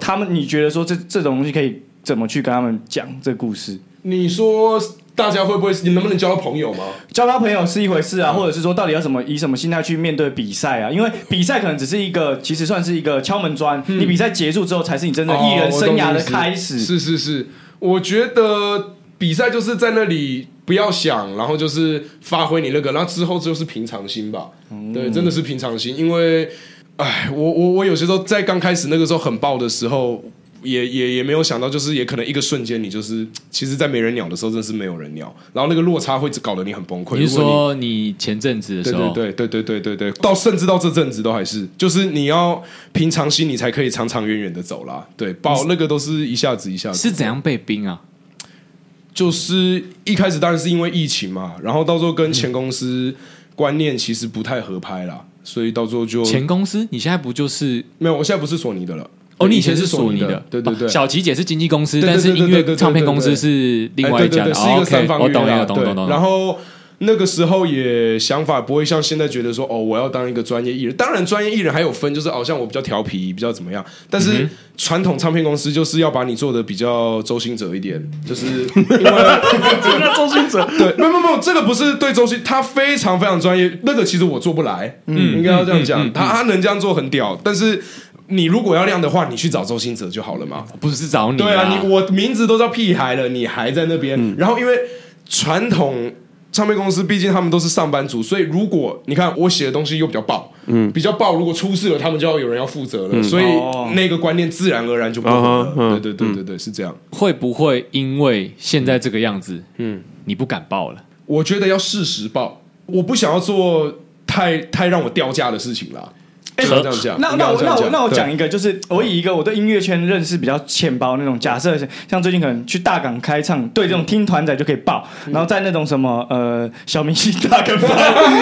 S5: 他们你觉得说这这种东西可以怎么去跟他们讲这个故事？
S6: 你说大家会不会，你能不能交到朋友吗？
S5: 交到朋友是一回事
S6: 嗯
S5: 啊，或者是说到底要怎么以什么心态去面对比赛啊？因为比赛可能只是一个，其实算是一个敲门砖。你比赛结束之后，才是你真的艺人生涯的开
S6: 嗯哦哦我懂你意思
S5: 始。
S6: 是是是，我觉得比赛就是在那里不要想，然后就是发挥你那个，然后之后就是平常心吧。
S5: 嗯
S6: 对，真的是平常心，因为，哎，我我我有些时候在刚开始那个时候很爆的时候。也也也没有想到，就是也可能一个瞬间，你就是其实，在没人鸟的时候，真的是没有人鸟，然后那个落差会搞得你很崩溃。
S3: 你是
S6: 如果
S3: 说你前阵子的
S6: 对
S3: 时候，
S6: 对对对对对对对，到甚至到这阵子都还是，就是你要平常心，你才可以长长远远的走啦。对，爆那个都是一下子一下子，
S3: 是怎样被冰啊？
S6: 就是一开始当然是因为疫情嘛，然后到时候跟前公司观念其实不太合拍啦，所以到时候就
S3: 前公司，你现在不就是？
S6: 没有，我现在不是索尼的了。
S3: 哦，
S6: 对
S3: 你以
S6: 以
S3: 前
S6: 前
S3: 是索尼
S6: 的，对对对，
S3: 哦小琪姐是经纪公司，
S6: 对对
S3: 但
S6: 对
S3: 是音
S6: 对对
S3: 乐
S6: 对对
S3: 唱片
S6: 对
S3: 公司
S6: 对
S3: 是另
S6: 哎
S3: 外一
S6: 对
S3: 家
S6: 对
S3: 的。
S6: 对，是一
S3: 哦
S6: 个
S3: OK，
S6: 三方
S3: 我
S6: 月
S3: 懂
S6: 啦
S3: 了，懂
S6: 对
S3: 懂懂。
S6: 然后那个时候也想法不会像现在觉得说哦，我要当一个专业艺人。当然，专业艺人还有分，就是好、哦、像我比较调皮，比较怎么样。但
S3: 嗯
S6: 是传统唱片公司就是要把你做的比较周星哲 一点，就是因为
S1: 周星哲，
S6: 对，没有没有没有，这个不是对周星，他非常非常专业，那个其实我做不来，嗯，应该要这样讲，他他能这样做很屌，但是。你如果要亮的话，你去找周星哲就好了嘛。
S3: 不是找你，
S6: 对啊，你我名字都叫屁孩了，你还在那边。
S1: 嗯
S6: 然后因为传统唱片公司，毕竟他们都是上班族，所以如果你看我写的东西又比较爆，嗯，比较爆，如果出事了，他们就要有人要负责了，所以
S5: 哦
S6: 那个观念自然而然就不合
S1: 嗯哼
S6: 了。
S1: 嗯
S6: 对对对对对，是这样。
S3: 会不会因为现在这个样子，嗯，你不敢报了？
S6: 我觉得要适时爆，我不想要做太太让我掉价的事情啦。哎，这样讲，
S5: 那
S6: 应该
S5: 那
S6: 要
S5: 我
S6: 这样
S5: 那我那我
S6: 对
S5: 讲一个，就是我以一个我对音乐圈认识比较浅薄那种假设，像最近可能去大港开唱，对这种听团仔就可以爆，
S6: 嗯
S5: 然后在那种什么呃小明星大 跟班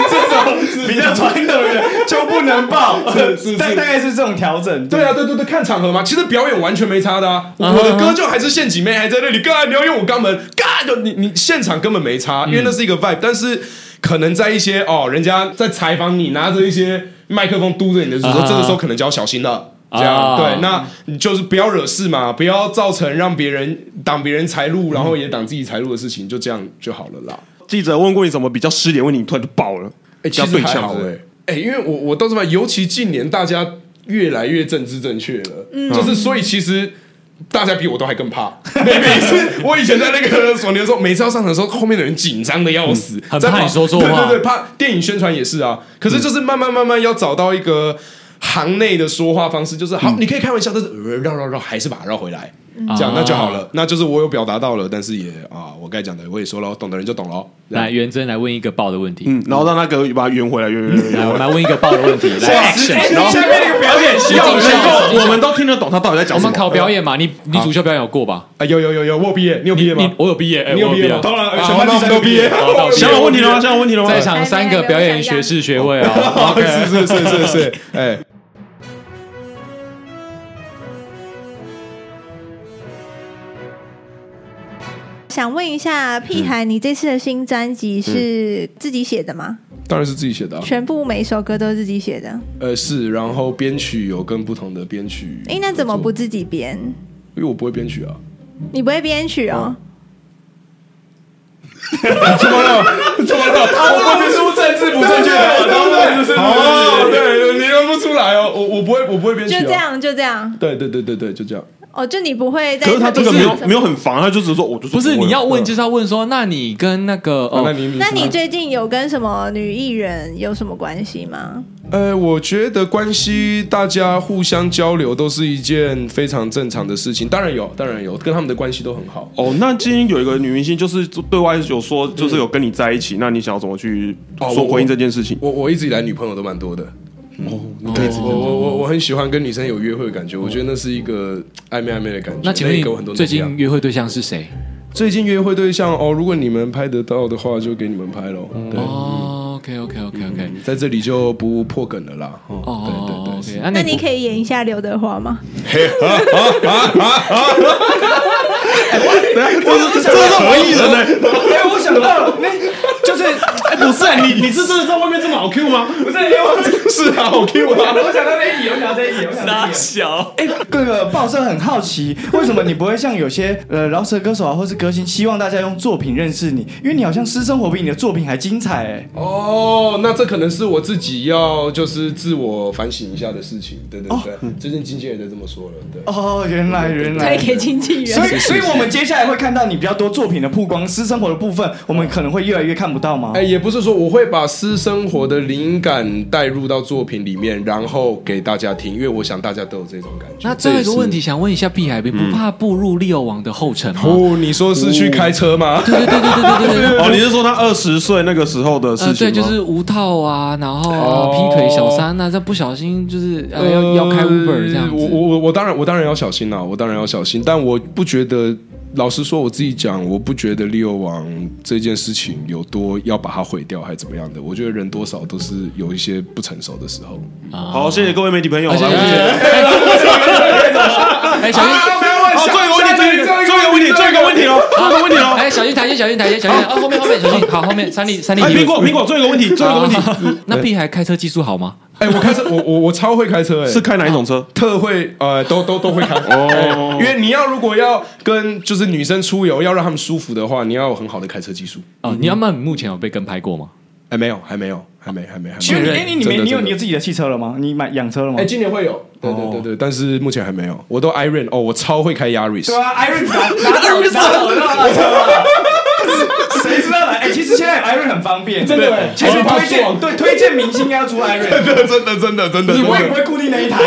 S5: 这种比较传统的就不能爆
S6: 是是，是
S5: 大大概是这种调整。
S6: 对啊，对对对，看场合嘛。其实表演完全没差的啊，我的歌就还是现几妹还在那里干，你要用我肛门干，就你你现场根本没差，因为那是一个 vibe。但是可能在一些哦，人家在采访你，拿着一些麦克风嘟着你的时候，
S3: 啊
S6: 这个时候可能就要小心了。
S3: 啊
S6: 这样对，那你就是不要惹事嘛，不要造成让别人挡别人财路，然后也挡自己财路的事情，就这样就好了啦。
S1: 记者问过你什么比较失联，问你突然就爆了，
S6: 哎、
S1: 比较
S6: 其实
S1: 对
S6: 还
S1: 枪
S6: 好哎、哎、因为我我倒是吧，尤其近年大家越来越政治正确了，
S5: 嗯
S3: 嗯
S6: 就是所以其实。大家比我都还更怕。 每每次我以前在那个索尼的时候，每次要上场的时候，后面的人紧张的要死，
S3: 嗯很
S6: 在
S3: 怕
S6: 跑
S3: 你说错话
S6: 对对对，怕电影宣传也是啊。可是就是慢慢慢慢要找到一个行内的说话方式就是
S3: 嗯
S6: 好，你可以开玩笑，但是呃绕绕绕还是把它绕回来，
S3: 啊
S6: 这样那就好了。那就是我有表达到了，但是也啊，我该讲的我也说了，懂的人就懂了。
S3: 来，元真来问一个爆的问题。
S1: 嗯，然后让那个把它圆回来，圆圆圆
S3: 来，
S1: 圆
S3: 我们
S1: 回 来。
S3: 来问一个爆的问题。来，action！
S1: 然后
S5: 哎下面那个表演形
S1: 要
S3: 形象
S1: 能够我们都听得懂他到底在讲
S3: 我
S1: 什么
S3: 们。考表演嘛，你你主修表演有过吧？
S6: 啊，有有有有，我有毕业，你有毕业吗
S3: 你？我有毕业，哎
S6: 你有
S3: 我
S6: 毕业吗？当然，全班第三个毕业。
S3: 好到
S1: 想有问题了吗？想有问题 了吗？
S3: 在场三个表演学士学位啊，OK，
S6: 哦是是是 是是，哎，
S4: 想问一下，屁孩，你这次的新专辑是自己写的吗？
S6: 当然是自己写的啊。
S4: 全部每一首歌都是自己写的？
S6: 呃，是，然后编曲有跟不同的编曲。
S4: 哎，那怎么不？自己编？
S6: 因为我不会编曲啊。
S4: 你不会编曲哦？
S6: 我不是说政治不正确的，对对对，哦，对，你认不出来哦，我我不会，我不会编曲
S4: 就
S6: 啊。
S4: 这样，就这样。
S6: 对对对对对，就这样。
S4: 哦，就你不会在
S1: 可是他这个没有没有
S4: 有。
S1: 很烦，他就只是说我就
S3: 不是
S1: 我
S3: 你要问就是要问说，那你跟那个
S6: 啊那
S3: 哦，
S6: 你
S4: 那你最近有跟什么女艺人有什么关系吗？
S6: 呃，我觉得关系大家互相交流都是一件非常正常的事情，当然有，当然有，跟他们的关系都很好。
S1: 哦，那今天有一个女明星，就是对外有说，
S3: 嗯
S1: 就是有跟你在一起，那你想要怎么去
S6: 哦
S1: 说
S6: 我
S1: 回应这件事情？
S6: 我我一直以来女朋友都蛮多的。哦，对，我我我我很喜欢跟女生有约会的感觉，我觉得那是一个暧昧暧昧的感觉。
S3: 那请
S6: 那也给我很
S3: 问
S6: 多
S3: 你
S6: 能
S3: 最
S6: 量
S3: 近约会对象是谁？
S6: 最近约会对象哦，如果你们拍得到的话，就给你们拍喽。对，
S3: 哦，OK OK OK OK，
S6: 在这里就不破梗了啦。
S3: 哦
S6: 哦，嗯对对对，
S3: ，OK，那
S4: 那你
S3: 你
S4: 可以演一下刘德华吗？
S5: 哎，我想到了，那就是
S1: 哎，不是，你你是真的在外面这么好 Q 吗？
S5: 不是因为我
S1: 是啊，好 Q 啊！
S5: 我想到那一题，我想到这一题，我想到这一题。
S3: 小
S5: 哎，哥哥，报社很好奇，为什么你不会像有些呃饶舌歌手啊，或是歌星，希望大家用作品认识你？因为你好像私生活比你的作品还精彩哎。
S6: 哦，那这可能是我自己要就是自我反省一下的事情。对
S3: 哦
S6: 对对，最近经纪人也在这么说了。对，
S5: 哦，原来原来
S4: 推。给经纪
S5: 所
S4: 人。
S5: 以，所以我们接下来会看到你比较多作品的曝光，私生活的部分，我们可能会越来越看不到吗
S6: 哎，？也不是说我会把私生活的灵感带入到作品里面，然后给大家听，因为我想大家都有这种感觉。
S3: 那最后一个问题想问一下碧海贝，不怕步入利友王的后尘吗？
S6: 嗯哦，你说是去开车吗？
S3: 对对对对对 对对对。
S1: 哦，你是说他二十岁那个时候的事
S3: 呃，
S1: 情
S3: 对，
S1: 吗？
S3: 就是无套啊，然后
S6: 哦
S3: 呃劈腿小三呐，这不小心就是呃要要开 Uber 这样
S6: 我我
S3: 子。
S6: 我我当然我当然要小心啦、我当然要小心，但我不觉得。老实说，我自己讲，我不觉得六王这件事情有多要把它毁掉，还怎么样的。我觉得人多少都是有一些不成熟的时候。
S1: 好，谢谢各位媒体朋友，
S3: 而且
S1: 来我们
S3: 而且哎，小心！
S1: 好，最后一啊个问题，最后一个问题，最后一个问题喽，最后一个问题喽。
S3: 哎，小心台阶，小心台阶，小心！啊，后面后面小 心，好，后面三立三立
S1: 哎，苹果，苹果，最后一个问题，最后一个问题
S3: 题。 那屁孩开车技术好吗？
S6: 哎、我开车，我我我超会开车、哎，
S1: 是开哪一种车？
S6: 特会，呃，都都都会开。哦，因为你要如果要跟就是女生出游，要让她们舒服的话，你要有很好的开车技术。
S3: 哦，你要问目前有被跟拍过吗？
S6: 哎、没有，还没有，还没，还没，还
S5: 因为
S6: 没。
S5: 你哎，你你
S6: 真
S5: 没
S6: 的
S5: 你有
S6: 真的
S5: 你有自己的汽车了吗？你买养车了吗
S6: 哎、？今年会有，对对对对，但是目前还没有。我都 Iron 哦，我超会开 Yaris，
S5: 对啊，Iron 拿拿走拿走拿走拿走。谁知道来？哎、其实现在 Iron 很方便，真的。其实推荐对推荐明星应该要租 Iron，
S6: 真的真的真的真的，
S5: 我也不会固定那一台。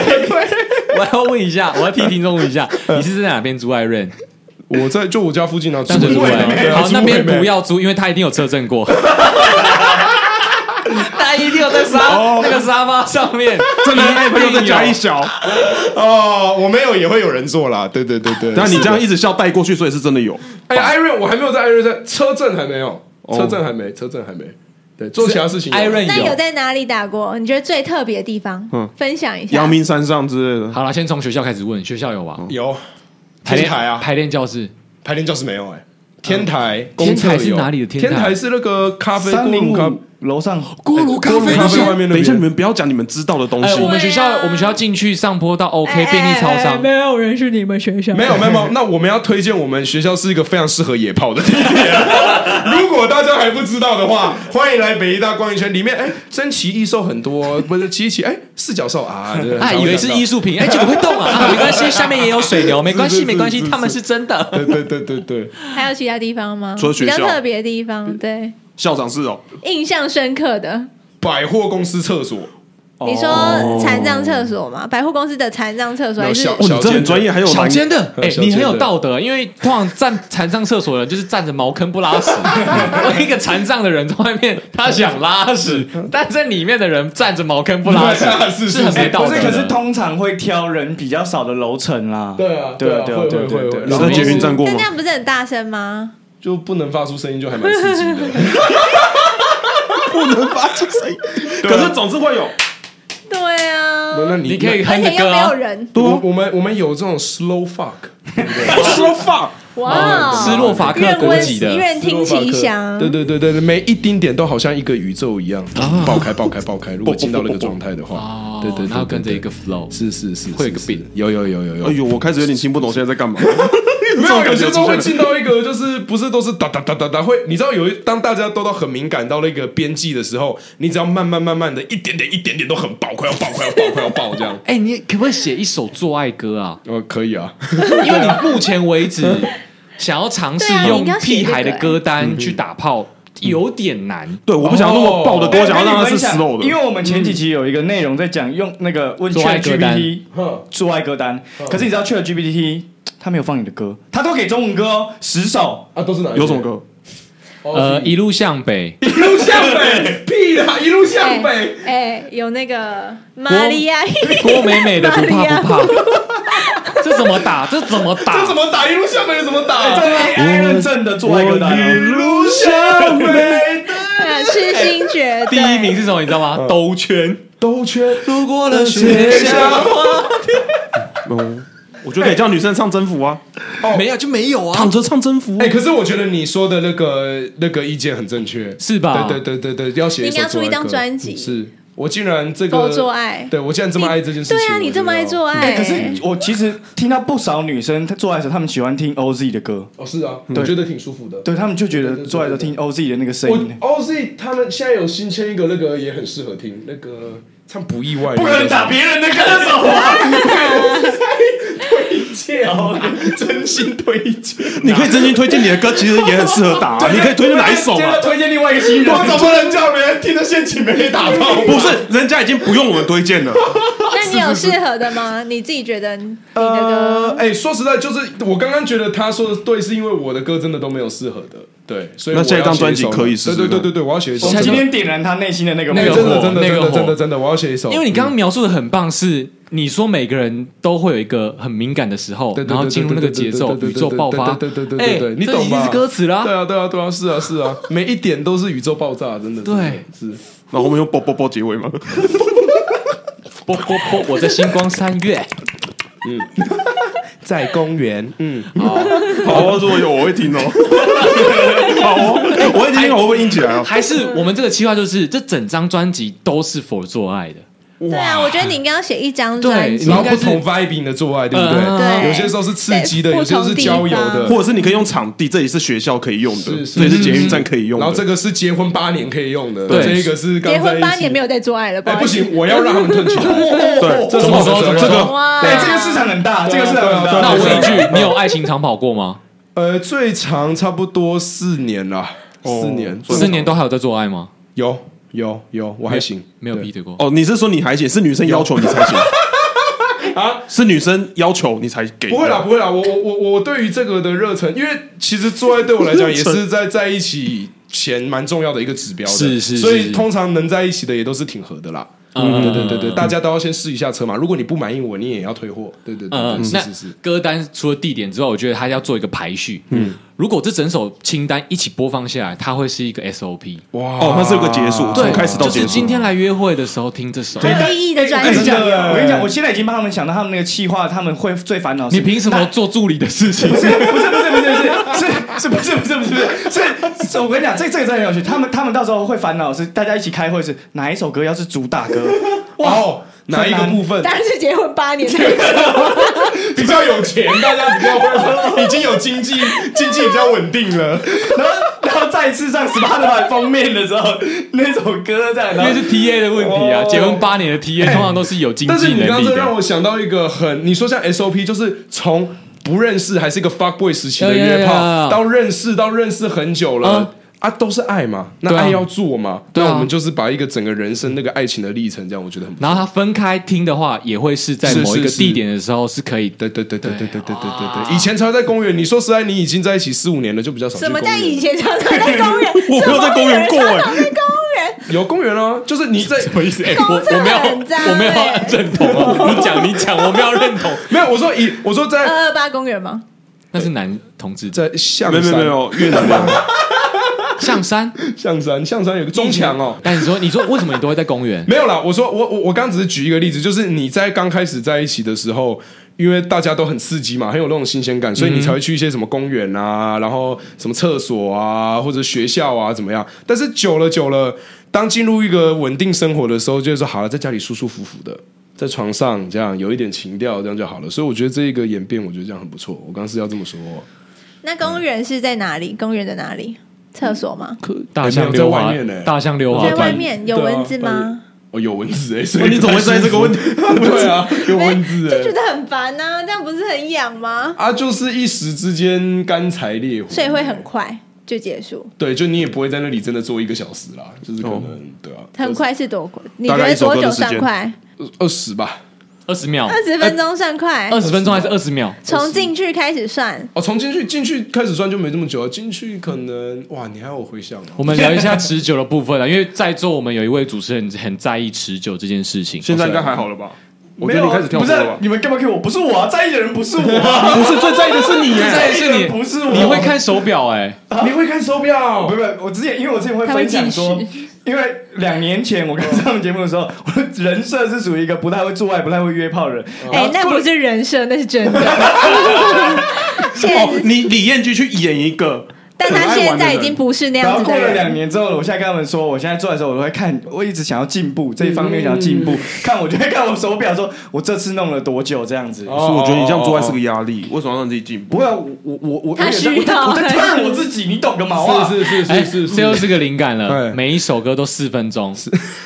S3: 我要问一下，我要替听众问一 下，你是在哪边租艾润？
S6: 我在就我家附近啊，
S3: 淡水
S6: 租
S3: 租
S6: 惠
S3: 艾
S6: 美对
S3: 润，
S6: 啊
S3: 好，那边
S6: 租惠
S3: 不
S6: 美
S3: 要租，因为他一定有车震 过。他一定有在沙那个沙发上面，
S1: 正南哎
S3: 哎
S1: 那朋友再加一小，
S6: 哦，我没有也会有人做啦，对对对对。
S1: 但你这样一直笑带过去，所以是真的有。
S6: 哎，Iron 我还没有在 Iron 在车震还没有，车震还没，车震还没，对，做其他事情有。
S3: 艾润
S4: 那有
S3: 有。
S4: 在哪里打过？你觉得最特别的地方？分享一下。
S1: 阳明山上之类的，
S3: 好了，先从学校开始问，学校有吧？
S6: 有
S3: 排
S6: 天
S3: 练
S6: 台啊，
S3: 排练教室。
S6: 排练教室没有哎，天台
S3: 天台
S6: 公厕有
S3: 是哪里的天台
S6: 天台是那个咖啡
S5: 三零
S6: 锅炉
S5: 五楼上，
S3: 锅炉咖
S6: 啡那边外面那边
S1: 等一下，你们不要讲你们知道的东
S3: 哎，
S1: 西。
S3: 我们学校
S4: 对啊
S3: 我们学校进去上坡到 OK
S4: 哎
S3: 便利超
S4: 哎哎
S3: 商
S4: 没，有人是你们学校
S6: 咖 没有没有没有，那我们要推荐我们学校是一个非常适合野炮的地点。 如果大家还不知道的话，欢迎来北医大逛一圈，里面哎珍奇异兽很多，不是奇奇哎四脚 兽啊，对
S3: 他还以为是艺。术 品，哎，结果会动啊啊，没关系，下面也有水流，没关
S6: 是
S3: 系
S6: 是
S3: 没关系，
S6: 是是
S3: 他们是真的。
S6: 对对对对对，
S4: 还有其他地方吗？
S1: 除了学校
S4: 比较特别的地方，对，
S1: 校长是哦，
S4: 印象深刻的。
S6: 百货公司厕所
S4: 你说残障厕所吗？百货公司的残障厕所还是
S6: 没有
S1: 哦，你这
S6: 哎小间
S1: 很
S6: 的
S1: 专业，还有
S3: 小间的，哎、
S6: 小 间
S3: 你很有
S6: 的
S3: 道德，因为通常站残障厕所的人就是站着茅坑不 拉屎。我一个残障的人在外面，他想 拉屎，但在里面的人站着茅坑不 拉 屎，
S6: 是
S3: 是很没道
S5: 不
S3: 德
S5: 是，
S3: 的。
S5: 可是通常会挑人比较少的楼层啦。
S6: 对啊，
S5: 对
S6: 对
S5: 啊
S6: 啊，
S5: 对啊
S6: 会
S5: 对啊
S6: 会
S5: 对啊
S6: 会
S5: 对啊
S6: 会，
S1: 你在捷运站过
S4: 但
S1: 吗
S4: 这？样不是很大声吗？
S6: 就不能发出声音，就还蛮刺激的。
S1: 不能发出声音，可是总是会有。
S4: 对啊，
S6: 那你
S3: 你可以
S4: 而
S3: 哼着
S4: 且又
S3: 歌、
S4: 没有
S3: 啊，
S4: 人，
S6: 我我们我们有这种 slow fuck，
S1: 说放
S4: 哇，
S3: 斯洛伐克
S4: 愿
S3: 国
S4: 闻
S3: 籍的
S4: 愿听其详。
S6: 对对对对，对每一丁点都好像一个宇宙一样，爆开爆开爆开。如果进到那个状态的话，对对，
S3: 哦然后跟着一个
S6: 对
S3: flow，
S6: 对对是是是，
S3: 会有一个
S6: 是
S3: beat
S6: 是有有有有有
S1: 哎。呦，我开始有点听不懂现在在干嘛。
S6: 没有，有些时候会
S1: 这
S6: 进到一个，就是不是都是哒哒哒哒哒，会你知道有一当大家都到很敏感到那个边际的时候，你只要慢慢慢慢的一点点一点点都很爆，快要爆，快要爆，快要爆这样。
S3: 哎、你可不可以写一首做爱歌 啊？
S6: 哦，可以啊，
S3: 因为你目前为 止想要尝试
S4: 对啊你
S3: 用
S4: 应该写
S3: 啊屁
S4: 这
S3: 孩
S4: 个
S3: 的歌单去打炮，有点难。
S1: 对，我不想要那么
S3: 哦
S1: 爆的歌，我想要让它是 slow 的。
S5: 因为我们前几期有一个内容在讲用那个问
S3: 做爱
S5: Chat
S3: 歌单
S5: GPT 做爱歌单，
S6: 嗯
S5: 可是你知道 Chat GPT 它没有放你的歌，它都给中文歌哦，十首。
S6: 啊，都是哪一些
S1: 有什么？歌？
S3: 呃，一路向北，
S6: 一路向北，屁啦，一路向北。
S4: 哎、哎有那个玛利亚，
S3: 郭美美的不
S4: 玛利
S3: 怕
S4: 亚
S3: 不怕， 这怎么打？这怎么打？
S6: 这怎么打？一路向北怎么
S5: 哎
S6: 打？
S5: 这是 AI 认证的做爱歌单哦，
S6: 路向北，
S4: 痴心绝
S3: 第
S4: 对。
S3: 一名是什么？你知道
S6: 嗯
S3: 吗？兜圈。
S6: 兜圈
S3: 路过了
S6: 学校，
S1: 嗯，我觉得可以叫女生唱征服啊，
S3: 没有就没有啊
S1: 躺。着唱征服
S6: 哎、。可是我觉得你说的那个那个意见很正确，
S3: 是吧
S6: 对对对对对，要写一首
S4: 你应该出一张
S6: 做爱歌
S4: 专辑
S6: 是我竟然这个
S4: 都做爱
S6: 对我竟然这么爱这件事情。
S4: 对啊，你这么爱做
S6: 爱，
S4: 爱，
S5: 哎可是
S6: 哎
S5: 我其实听到不少女生她做爱的时候，她们喜欢听 OZ 的歌，
S6: 哦是啊，我觉得挺舒服的。
S5: 对她们就觉得做爱的时候听 OZ 的那个声
S6: 我
S5: 音，
S6: OZ 他们现在有新签一个那个也很适合听，那个唱不意外，
S5: 不可能打别人的歌手啊！
S6: 真心推荐。
S1: 你可以真心推荐你的歌，其实也很适合打啊。你可以推荐哪一首
S5: 今天
S1: 啊
S5: 要？推荐另外一个新人，
S6: 我怎么能叫别人听着陷阱被你 打到？
S1: 不是，人家已经不用我们推荐了。
S4: 那你有适合的吗？你自己觉得你的
S6: 呃，
S4: 歌？
S6: 哎、说实在，就是我刚刚觉得他说的对，是因为我的歌真的都没有适合的，对，所以
S1: 那
S6: 我
S1: 下一
S6: 要
S1: 张
S6: 写
S1: 专
S6: 一
S1: 辑
S6: 首
S1: 可以
S6: 嘛
S1: 试试
S6: 对对对
S1: 看
S6: 对对，我要写一首，
S5: 今天点燃她内心的那个
S3: 那个
S6: 真
S3: 火
S6: 的真的
S3: 那个
S6: 真的真
S3: 火
S6: 的真的，我要写一首，
S3: 因为你刚刚描述的很棒，是你说每个人都会有一个很敏感的时候
S6: 对，对
S3: 然后进入那个节奏，
S6: 对对对对
S3: 宇宙爆发。
S6: 对对对对对对
S3: 哎
S6: 对，你
S3: 这
S6: 懂
S3: 已经
S6: 吧？
S3: 是歌词
S6: 对
S3: 啦。
S6: 啊对啊对啊，是啊是 啊，每一点都是宇宙爆炸，真的，
S3: 对
S6: 真的是。
S1: 然后我们用啵啵啵结尾 吗？
S3: 啵啵啵，我在星光三月。
S6: 在公园，嗯，
S1: 好啊，如果有我会 听哦。好哦，我会
S6: 哎
S1: 听，我会不会硬起来哦？
S3: 还是我们这个计划就是，这整张专辑都是否做爱的。
S6: 呃
S4: 对啊，我觉得你应该要写一张
S3: 对
S4: 专辑
S3: 你
S6: 然后
S3: 应该
S6: 不
S3: 是
S6: 同 vibe 的做爱，对不
S3: 嗯
S4: 对
S6: 对？有些时候是刺激的，
S4: 在
S6: 有些是郊游
S4: 不同地
S6: 的，
S1: 或者是你可以用场地，这里是学校可以用的，
S6: 是是
S1: 这里是捷运站可以用的。
S6: 然后这个是结婚八年可以用的，
S3: 对
S6: 这一个是刚
S4: 结婚
S6: 在一
S4: 八
S6: 起
S4: 年没有在做爱了，
S6: 哎，
S4: 好
S6: 不
S4: 意思
S6: 行，我要让他们 退起来。
S1: 对，这
S6: 这是我的责
S3: 怎么说
S6: 任
S3: 怎么
S1: 个
S3: 说
S4: 哇，
S5: 哎，这个市场很大，这个市场很
S6: 对啊对啊对
S5: 大。
S6: 啊
S3: 那我问一
S6: 对
S3: 句，你有爱情长跑过吗？
S6: 呃，最长差不多四年了，四年，
S3: 四年都还有在做爱吗？
S6: 有有有，我还行，
S3: 没有
S6: 对
S3: 劈腿过。
S1: 哦，你是说你还行，是女生要求你才行啊？是女生要求你才给？
S6: 不会啦，不会啦，我我我我对于这个的热忱，因为其实做爱对我来讲也是在在一起前蛮重要的一个指标的，
S3: 是是是
S6: 所以通常能在一起的也都是挺合的啦。
S3: 嗯
S6: 嗯，对对对对，大家都要先试一下车嘛。如果你不满意我，你也要退货。对对对
S3: 呃
S6: 对，，是
S3: 那
S6: 嗯是是。
S3: 歌单除了地点之外，我觉得它要做一个排序。嗯，如果这整首清单一起播放下来，它会是一个 SOP。
S6: 哇
S1: 哦，它是有个结束，从开始到
S3: 啊就
S1: 结
S3: 是
S1: 束。
S3: 今天来约会的时候听这首。
S4: 有意义的专
S5: 跟你
S4: 辑
S5: 讲，
S6: 真的
S5: 我跟你讲，我现在已经帮他们想到他们那个气话，他们会最烦恼的事。
S3: 你凭什么做助理的事情？
S5: 不是不是不是不是不是是不是不是不是不是是是，我跟你讲，这这个真的很有趣。他们他们到时候会烦恼是大家一起开会是哪一首歌要是主打歌，
S6: 哇，哦哪一个部分
S4: 当然是结婚八年才
S6: 比较有钱？大家比较会，已经有经济经济比较稳定了。
S5: 然后然后再次上 Spotify 封面的时候，那首歌这样，
S3: 因
S5: 然
S3: 为
S5: 后
S3: 是 TA 的问题啊，
S5: 哦
S3: 结婚八年的 TA 通常都是有经
S6: 哎但是
S3: 济
S6: 你
S3: 能
S6: 刚
S3: 力
S6: 刚让
S3: 的。
S6: 我想到一个很，你说像 SOP 就是从不认识还是一个 fuck boy 时期的
S3: 有有有
S6: 约
S3: 有有
S6: 炮，到认识到认识很久了
S3: 嗯。
S6: 啊，都是爱嘛，那
S3: 对啊
S6: 爱要做嘛，
S3: 对啊
S6: 那我们就是把一个整个人生那个爱情的历程，这样我觉得很不错。
S3: 然后他分开听的话，也会是在
S6: 是
S3: 某一个
S6: 是是
S3: 地点的时候是可以的。
S6: 对对对对对对对对对对，以前常在公园。你说实在，你已经在一起四五年了，就比较少去
S4: 什么
S6: 公
S4: 叫
S6: 园
S4: 以前常常在公园？
S1: 我没有在公园过
S4: 哎，
S1: 哎、
S4: 在公
S6: 有公园啊，就是你在
S3: 什么意思？哎，我
S4: 公厕
S3: 我没
S4: 很脏
S3: 有，我没有要
S4: 哎
S3: 认同哦。你讲，你讲，我没有认同。
S6: 没有我说以我说
S4: 园
S6: 在
S4: 二二八公园吗？
S3: 那是男同志
S6: 在象
S1: 没
S6: 山
S1: 有没有没有越南的，
S3: 象山。
S6: 象山象山有个中墙哦，
S3: 但你说，你说为什么你都会在公园？
S6: 没有啦，我说我我我刚只是举一个例子，就是你在刚开始在一起的时候，因为大家都很刺激嘛，很有那种新鲜感，所以
S1: 嗯
S6: 你才会去一些什么公园啊，然后什么厕所啊，或者学校啊，怎么样？但是久了久了，当进入一个稳定生活的时候，就是说好了，在家里舒舒服服的。在床上这样有一点情调，这样就好了。所以我觉得这个演变，我觉得这样很不错。我刚是要这么说，
S4: 那公园是在哪里？公园的哪里？厕所吗？
S3: 大象溜
S6: 没有在
S3: 滑
S6: 外面呢，
S3: 大象溜滑
S4: 在
S3: 梯
S4: 外面有蚊子吗？
S6: 哦，有蚊子哎、所以
S1: 你怎么会在意这个问题？
S6: 对啊，有蚊子哎、
S4: 就觉得很烦呐、这样不是很痒吗？
S6: 啊，就是一时之间干柴烈火，
S4: 所以会很快就结束，
S6: 对，就你也不会在那里真的坐一个小时啦，就是
S3: 哦
S6: 可能、对啊，
S4: 很快是多快？你觉
S1: 大概
S4: 得
S1: 一首
S4: 多
S1: 歌的
S4: 久
S1: 时间
S4: 算快？
S6: 二十吧。
S3: 二十秒，
S4: 二十分钟算快？
S3: 二十分钟还是二十秒？
S4: 从进去开始算，
S6: 哦，从进去进去开始算就没这么久了，啊进去可能哇，你还有回想
S3: 我
S6: 哦。
S3: 们聊一下持久的部分了，啊因为在座我们有一位主持人很在意持久这件事情。
S1: 现在应该还好了吧？我
S5: 没
S1: 觉得
S5: 有
S1: 你
S5: 啊，
S1: 开始跳
S5: 不
S1: 舞
S5: 是
S1: 了
S5: 啊
S1: 吧？
S5: 你们干嘛 Q 我？不是我啊，在意的人不是我啊，
S3: 不是最在意的是 你，在意的是你，
S5: 不是我
S3: 你会看手表哎，
S6: 你会看手表
S5: 不是，不是我之前因为我之前会分享
S4: 他
S5: 说
S4: 会，
S5: 因为两年前我刚上节目的时候，我的人设是属于一个不太会做爱、不太会约炮的人。
S4: 哎、那不是人设，那是真的。现在
S1: 哦，你李彦居去演一个，
S4: 但他现在已经不是那
S5: 然
S4: 样
S5: 后
S4: 子
S5: 过
S4: 的
S5: 了两
S4: 人。
S5: 年之后，我现在跟他们说，我现在做的时候，我都会看，我一直想要进步这一方面想要进步，看我就会看我手表，说我这次弄了多久这样子。
S3: 哦
S1: 哦所以我觉得你这样做还是
S6: 哦
S1: 个压力，为什么要让自己进
S5: 不
S1: 步？
S5: 会啊，我我我我
S4: 他需要
S5: 我在我在看我自己，你懂个毛啊？
S6: 是是
S3: 哎
S6: 是是
S3: 这
S6: 是
S3: 又
S6: 是，
S3: 是个灵感了。
S6: 对
S3: 每一首歌都四分钟，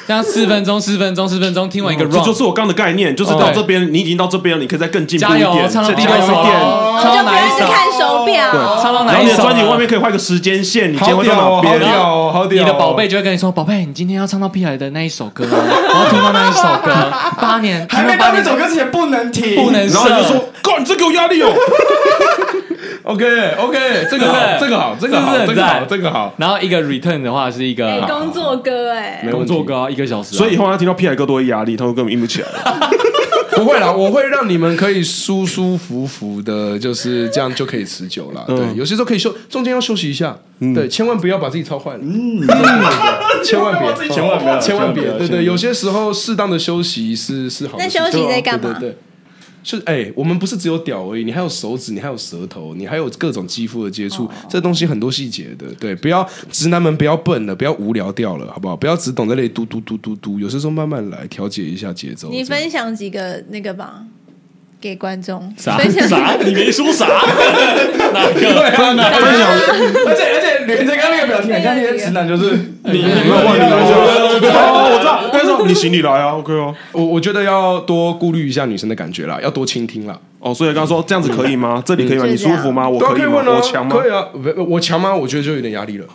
S3: 这样四分钟、四分钟、四分钟，听完一个 run，
S1: 嗯这就是我刚刚的概念，就是到这边，你已经到这边了，你可以再更进步
S3: 加
S1: 一
S3: 油，
S1: 点，
S3: 唱到
S1: 再
S3: 第
S1: 进
S3: 六
S1: 步一
S3: 首
S1: 点。
S3: 哦，
S4: 你
S3: 唱
S4: 就
S3: 到
S4: 不
S3: 哪一
S4: 要一直
S3: 首？
S4: 看手表，
S3: 唱到
S1: 然
S3: 哪
S1: 后
S3: 一
S1: 你的
S3: 首啊？
S1: 专辑外面可以画一个时间线，你今天
S6: 好
S1: 会到哪
S6: 屌哦，好
S1: 边？
S6: 屌哦，好屌！
S3: 你的宝贝，就会跟你说：“宝贝，你今天要唱到屁孩的那一首歌哦，然后听到那一首歌，八年，
S5: 还
S3: 听
S5: 没
S3: 到
S5: 到
S3: 八
S5: 那
S3: 年
S5: 首歌之前不能停，
S3: 不能
S1: 然后你就
S3: 射
S1: 说，：“靠，你这给我压力哦。
S6: ，OK OK，这个好，
S3: 对
S6: 这个好，这个好，
S3: 是不是
S6: 这
S3: 很
S6: 个好，
S3: 赞
S6: 这个好”，
S3: 然后一个 return 的话是一
S4: 哎、
S3: 个
S4: 工作歌哎、
S6: 没
S3: 工
S6: 问
S3: 作
S6: 题。
S3: 歌啊一个小”时啊，
S1: 所以以后他听到屁孩歌多会压力，他会根本硬不起来。
S6: 不会啦，我会让你们可以舒舒服服的，就是这样就可以持久啦。
S5: 嗯
S6: 对，有些时候可以休，中间要休息一下，对，千万不要把自己操坏了。嗯， 千万别，
S5: 千万不要
S6: 千万别，对对，有
S5: 些
S6: 些时候适当的休息是是好的
S4: 那
S6: 事情。
S4: 休息在干嘛
S6: 对对对，就是哎、我们不是只有屌而已，你还有手指，你还有舌头，你还有各种肌肤的接
S4: 哦
S6: 触，这东西很多细节的。对，不要直男们不要笨了，不要无聊掉了，好不好？不要只懂在那里嘟嘟嘟嘟嘟，有些时候慢慢来，调节一下节奏。
S4: 你
S6: 这样
S4: 分享几个那个吧，给观众
S3: 啥
S4: 分享
S3: 啥？你没说啥？哪
S6: 啊
S3: 个？
S1: 分享
S5: 而且而且连着刚刚那个表情，很像那些直男就是你
S1: 没有问题，哦，我知道，但是你行李来啊，OK 哦。
S6: 我我觉得要多顾虑一下女生的感觉啦，要多倾听啦。
S1: 哦，所以刚刚说这样子可以吗？这里可以吗？
S4: 嗯
S1: 你舒服吗？我
S6: 对啊
S1: 以
S6: 以
S1: 吗？
S6: 问啊，
S1: 我强吗？
S6: 可以啊，不不我强吗？我觉得就有点压力了。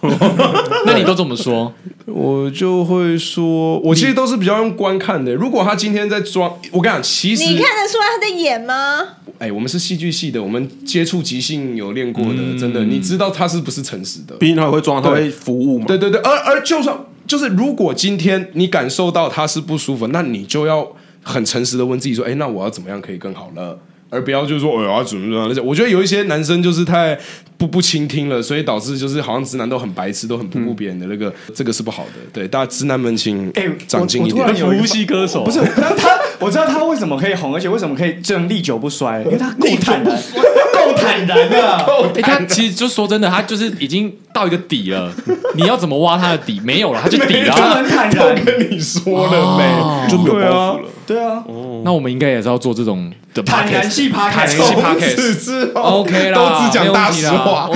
S3: 那你都怎么说？
S6: 我就会说，我其实都是比较用观看的。如果他今天在装，我跟你讲，其实
S4: 你看得出来他在演吗？
S6: 哎，我们是戏剧系的，我们接触即兴有练过的，真的，你知道他是不是诚实的？
S1: 毕竟他会装，他
S6: 对
S1: 会服务嘛。
S6: 对对对，而而就算就是，如果今天你感受到他是不舒服，那你就要很诚实的问自己说，哎，那我要怎么样可以更好呢？而不要就是说，哎呀，怎么怎么样？我觉得有一些男生就是太不不倾听了，所以导致就是好像直男都很白痴，都很不顾别人的那个，这个是不好的。对，大家直男们请
S5: 哎
S6: 长进一
S5: 我
S6: 点
S5: 我突然。有 一个
S3: 歌手
S5: 不是，但他我知道他为什么可以红，而且为什么可以这样历久不衰，因为他够坦然， 够坦 然啊的。
S3: 哎，他其实就说真的，他就是已经到一个底 了。你要怎么挖他的底？没有了，他就底
S5: 就
S3: 了。啊
S5: 很坦然，
S6: 跟你说了没？就没有包袱了。
S5: 对啊，
S3: 那我们应该也是要做这种的 podcast
S5: 坦然系趴开，
S3: 坦然系 podcast
S6: 自知
S3: OK 啦，
S6: 都只讲大
S3: 没
S6: 实
S3: 问题啦
S6: 话。，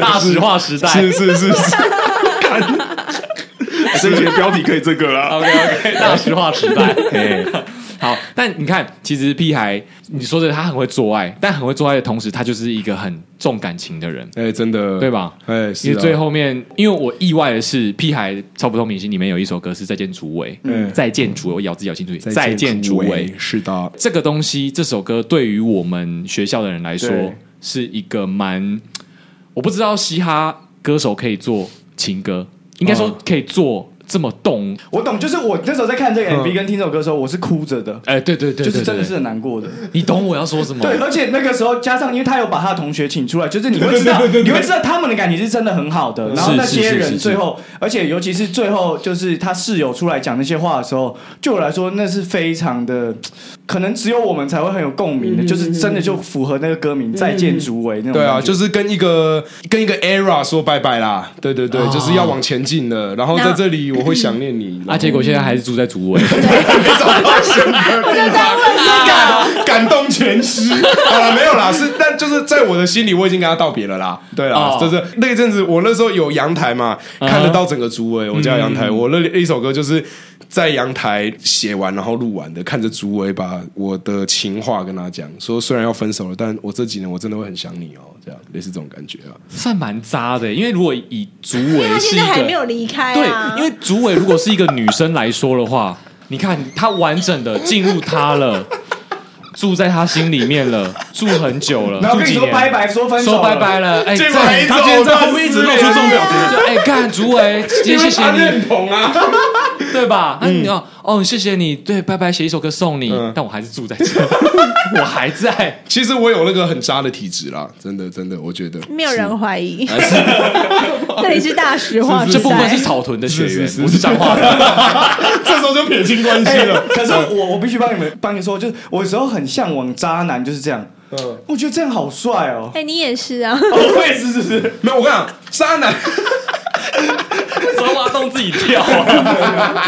S3: 大实话时代。
S6: 是 是 是是，
S1: 这节标题可以这个啦。
S3: OK OK，大实话时代。好，但你看，其实屁孩，你说的他很会做爱，但很会做爱的同时，他就是一个很重感情的人，
S6: 哎，真的，
S3: 对？吧？
S6: 哎，
S3: 因
S6: 是
S3: 为
S6: 啊
S3: 最后面，因为我意外的是，屁孩《超不透明星》里面有一首歌是《再见竹围》，
S6: 嗯
S3: 再见竹围，我咬字咬清楚一点，再见竹围，
S6: 是的，
S3: 这个东西，这首歌对于我们学校的人来说
S5: 对
S3: 是一个蛮，我不知道嘻哈歌手可以做情歌，应该说可以做这么动，
S5: 我懂，就是我那时候在看这
S6: 嗯
S5: 个 MV 跟听这首歌的时候，我是哭着的，
S3: 哎、对对对
S5: 就是真的
S3: 对
S5: 是，
S3: 对
S5: 很难过的。
S3: 对你懂我要说什么？
S5: 对，而且那个时候加上，因为他有把他的同学请出来，就是你会知道，你会知道他们的感情是真的很好的。然后那些
S3: 是是
S5: 人
S3: 是
S5: 最后，而且尤其是最后，就是他室友出来讲那些话的时候，对我来说那是非常的，可能只有我们才会很有共鸣的，就是真的就符合那个歌名《再见竹围》那种感觉。
S6: 对啊，就是跟一个跟一个 era 说拜拜啦，对对
S5: 哦
S6: 对，就是要往前进了。然后在这里我会想念你，
S3: 啊，结果现在还是住在竹围，
S6: 感感动全失。好了，没有啦，是但就是在我的心里，我已经跟他道别了啦。对啦
S3: 哦，嗯
S6: 就是那一阵子，我那时候有阳台嘛，看得到整个竹围，我家有阳台，我那一首歌就是在阳台写完，然后录完的，看着竹围把我的情话跟他讲，说虽然要分手了，但我这几年我真的会很想你哦，这样类似这种感觉啊。
S3: 算蛮渣的。因为如果以竹
S4: 因为
S3: 围
S4: 他
S3: 是
S4: 现
S3: 一
S4: 在
S3: 个
S4: 还没有离开啊。
S3: 对，因为竹尾如果是一个女生来说的话，你看她完整的进入她了，住在她心里面了，住很久了，
S5: 然后跟你
S3: 住几
S5: 说
S3: 年
S5: 拜拜，说分手，
S3: 说拜拜。了，哎，
S6: 结果还
S3: 在
S6: 一直
S3: 她今天在
S6: 藕断
S3: 后面一直
S6: 丝
S3: 露
S6: 连
S3: 出这种表情，就哎，干竹尾，今天谢谢你，
S6: 同啊，
S3: 对吧？嗯，你哦，哦，谢谢你，对，拜拜，写一首歌送你，但我还是住在这，我还在，
S6: 其实我有那个很渣的体质啦，真的真的，我觉得哎
S4: 没有人怀疑，这里是大实话之
S3: 这
S4: 灾。
S3: 部分是草屯的学
S6: 是是
S3: 员，
S6: 是
S3: 不是彰化的。
S6: 这时候就撇清关系
S5: 哎
S6: 了。
S5: 可是我我必须帮你们帮你说，就是我有时候很向往渣男，就是这样。我觉得这样好帅哦。
S4: 哎，你也是 啊，
S5: 我也是，是是。
S6: 没有，我跟你讲，渣 男。
S3: 走挖洞自己 跳、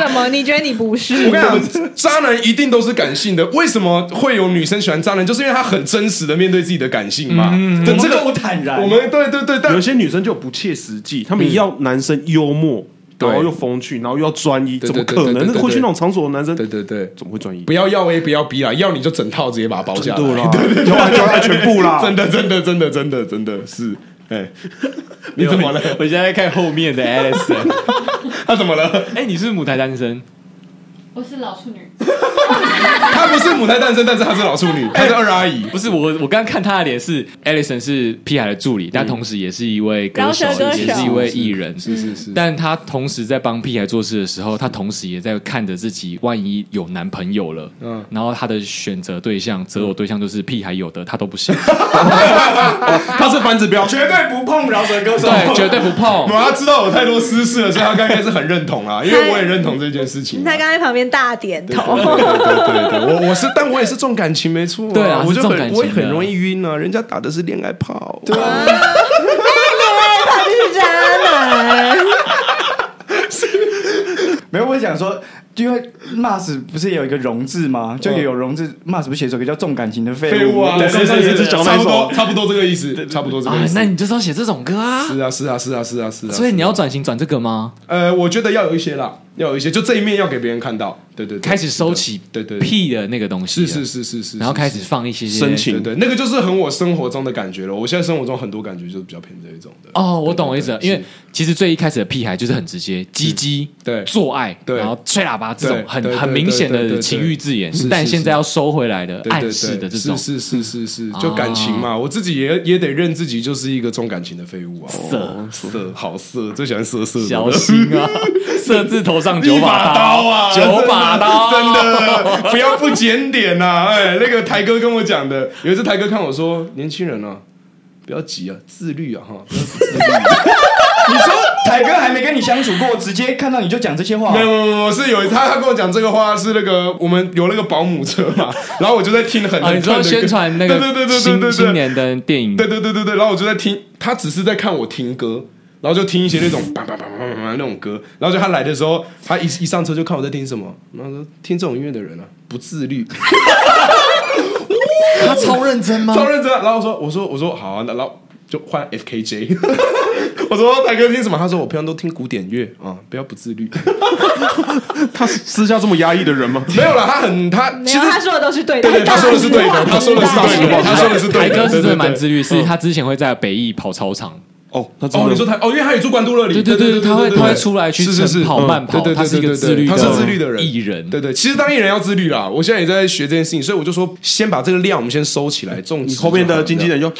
S4: 怎么？你觉得你不是
S6: 我？跟你讲，渣男一定都是感性的。为什么会有女生喜欢渣男？就是因为他很真实的面对自己的感性嘛。对
S5: 我
S6: 这
S5: 们
S6: 个
S5: 够坦然
S6: 嗯我们对对对，但嗯
S2: 有些女生就不切实际，她们要男生幽默，
S6: 对
S2: 然后又风趣，然后又要专一，
S6: 对
S2: 怎
S6: 对
S2: 么
S6: 对
S2: 可
S6: 对对
S2: 能
S6: 对对
S2: 会去那种场所的男生
S6: 对对对，
S2: 怎么会专一？
S6: 不要要 A，不要 B 啦，要你就整套直接把它包下
S2: 真的
S6: 来
S2: 啦。
S6: 对对对，
S2: 要爱就爱全部 啦
S6: 真的真的真的真的真的是，哎，你怎么了？
S3: 我现在在看后面的 Alison，
S6: 他怎么了？
S3: 哎、你是不是母胎单身？
S10: 我是老处女，
S6: 他不是母胎单身，但是他是老处女，他是二阿姨。
S3: 不是我，我刚刚看他的脸是 Alison 是 P 海的助
S6: 嗯
S3: 理，但同时也是一位歌手，
S4: 饶舌歌手
S3: 也是一位艺人。
S6: 是是是，
S3: 但他同时在帮 P 海做事的时候，他同时也在看着自己，万一有男朋友了，嗯，然后他的选择对象、择偶对象就是 P 海有的，他都不 行，
S6: 他是反指标，
S5: 绝对不碰饶舌歌手，
S3: 对，绝对不 碰。啊
S6: 妈，他知道我太多私事了，所以他刚开始很认同啦，因为我也认同这件事情啊。
S4: 他刚才旁边大点头，
S6: 对对对，我我是，但我也是重感情，没错啊、
S3: 对啊
S6: 我
S3: 是
S6: 就
S3: 重感
S6: 很
S3: 情
S6: 我也很
S3: 的
S6: 容易晕啊，人家打的是恋爱炮，对啊，
S4: 他就是渣男。
S5: 没有，我想说，因为 Mars 不是也有一个容字吗？就也有容字，Mars 不是写首歌叫《重感情的嗯废物》吗？
S6: 对
S5: 对对
S6: 对
S5: 对
S6: 对
S5: 对
S6: 对，
S5: 对
S6: 差不多差不多这个意思，差不多这个
S3: 啊
S6: 意，思
S3: 那。你就是要写这种歌啊，
S6: 是啊是啊是啊是啊是啊，
S3: 所以你
S6: 要
S3: 要转型转这个吗？
S6: 呃，我觉得要有一些啦，要有一些，就这一面要给别人看到，对对，对
S3: 开始收起
S6: 对对对
S3: 屁的那个东西
S6: 是
S3: 了，
S6: 是是是是，
S3: 然后
S6: 是
S3: 开
S6: 是
S3: 始放一些些
S2: 深情
S6: 对对，那个就是很我生活中的感觉了。我现在生活中很多感觉就是比较偏这一种的。
S3: 哦，我懂我意思了，
S6: 对
S3: 因为其实最一开始的屁孩就是很直接，鸡鸡，
S6: 对
S3: 做爱，
S6: 对
S3: 然后吹喇叭这种
S6: 对
S3: 很
S6: 对对
S3: 很明显的情欲字眼
S6: 对对对对，对
S3: 但
S6: 是
S3: 现在要收回来的
S6: 对对
S3: 暗
S6: 对
S3: 示的这种哦
S6: 是是是是是，就感情嘛，我自己也也得认自己就是一个重感情的废物啊，
S3: 色
S6: 色好色，最喜欢色色的
S3: 小 心啊，色字头上九
S6: 一把
S3: 刀
S6: 刀啊，
S3: 九把刀，
S6: 真的真的不要不检点呐、哎，那个台哥跟我讲的，有一次台哥看我说，年轻人啊，不要急啊，自律啊
S3: 哦
S6: 哈。不要自律
S5: 你说台哥还没跟你相处过，直接看到你就讲这些话
S6: 没，有没有没有，是有一次他他跟我讲这个话是那个我们有那个保姆车嘛，然后我就在听很
S3: 啊，
S6: 很
S3: 你说
S6: 痛的歌
S3: 宣传那
S6: 对对
S3: 个
S6: 对对对对
S3: 新
S6: 对
S3: 新年的电影，
S6: 对对对对对，然后我就在听，他只是在看我听歌，然后就听一些那 种叭叭叭叭叭叭那种歌，然后就他来的时候，他一一上车就看我在听什么，然后说听这种音乐的人啊不自律，
S3: 他超认真吗
S4: 哦
S6: 超认真啊。然后我说我说我说好啊，那然后就换 FKJ， 我说台哥听什么？他说我平常都听古典乐啊，不要不自律。 他私下这么压抑的人吗？没有了，他很他
S4: 没
S6: 其实
S4: 有，他说的都是对的，
S6: 对对，他说的是对的，他说的是对的，他说的是对嗯
S3: 台
S6: 的，
S3: 哥是真的蛮自律，
S6: 对对
S3: 是
S6: 对
S3: 他之前会在北艺跑操场，
S1: 哦，他
S6: 哦，你说他哦，因为他也住关渡乐里，
S3: 对对
S6: 对
S3: 对
S6: 对，
S3: 他会
S6: 对
S3: 他会出来去
S6: 是是是
S3: 跑
S6: 嗯
S3: 慢跑
S6: 对对对
S3: 他是一个
S6: 对对
S3: 自律的
S6: 他是自律的人，
S3: 艺人
S6: 对对，其实当艺人要自律啦，我现在也在学这件事情，所以我就说先把这个量我们先收起来，重
S1: 你
S6: 你
S1: 后面的经纪人就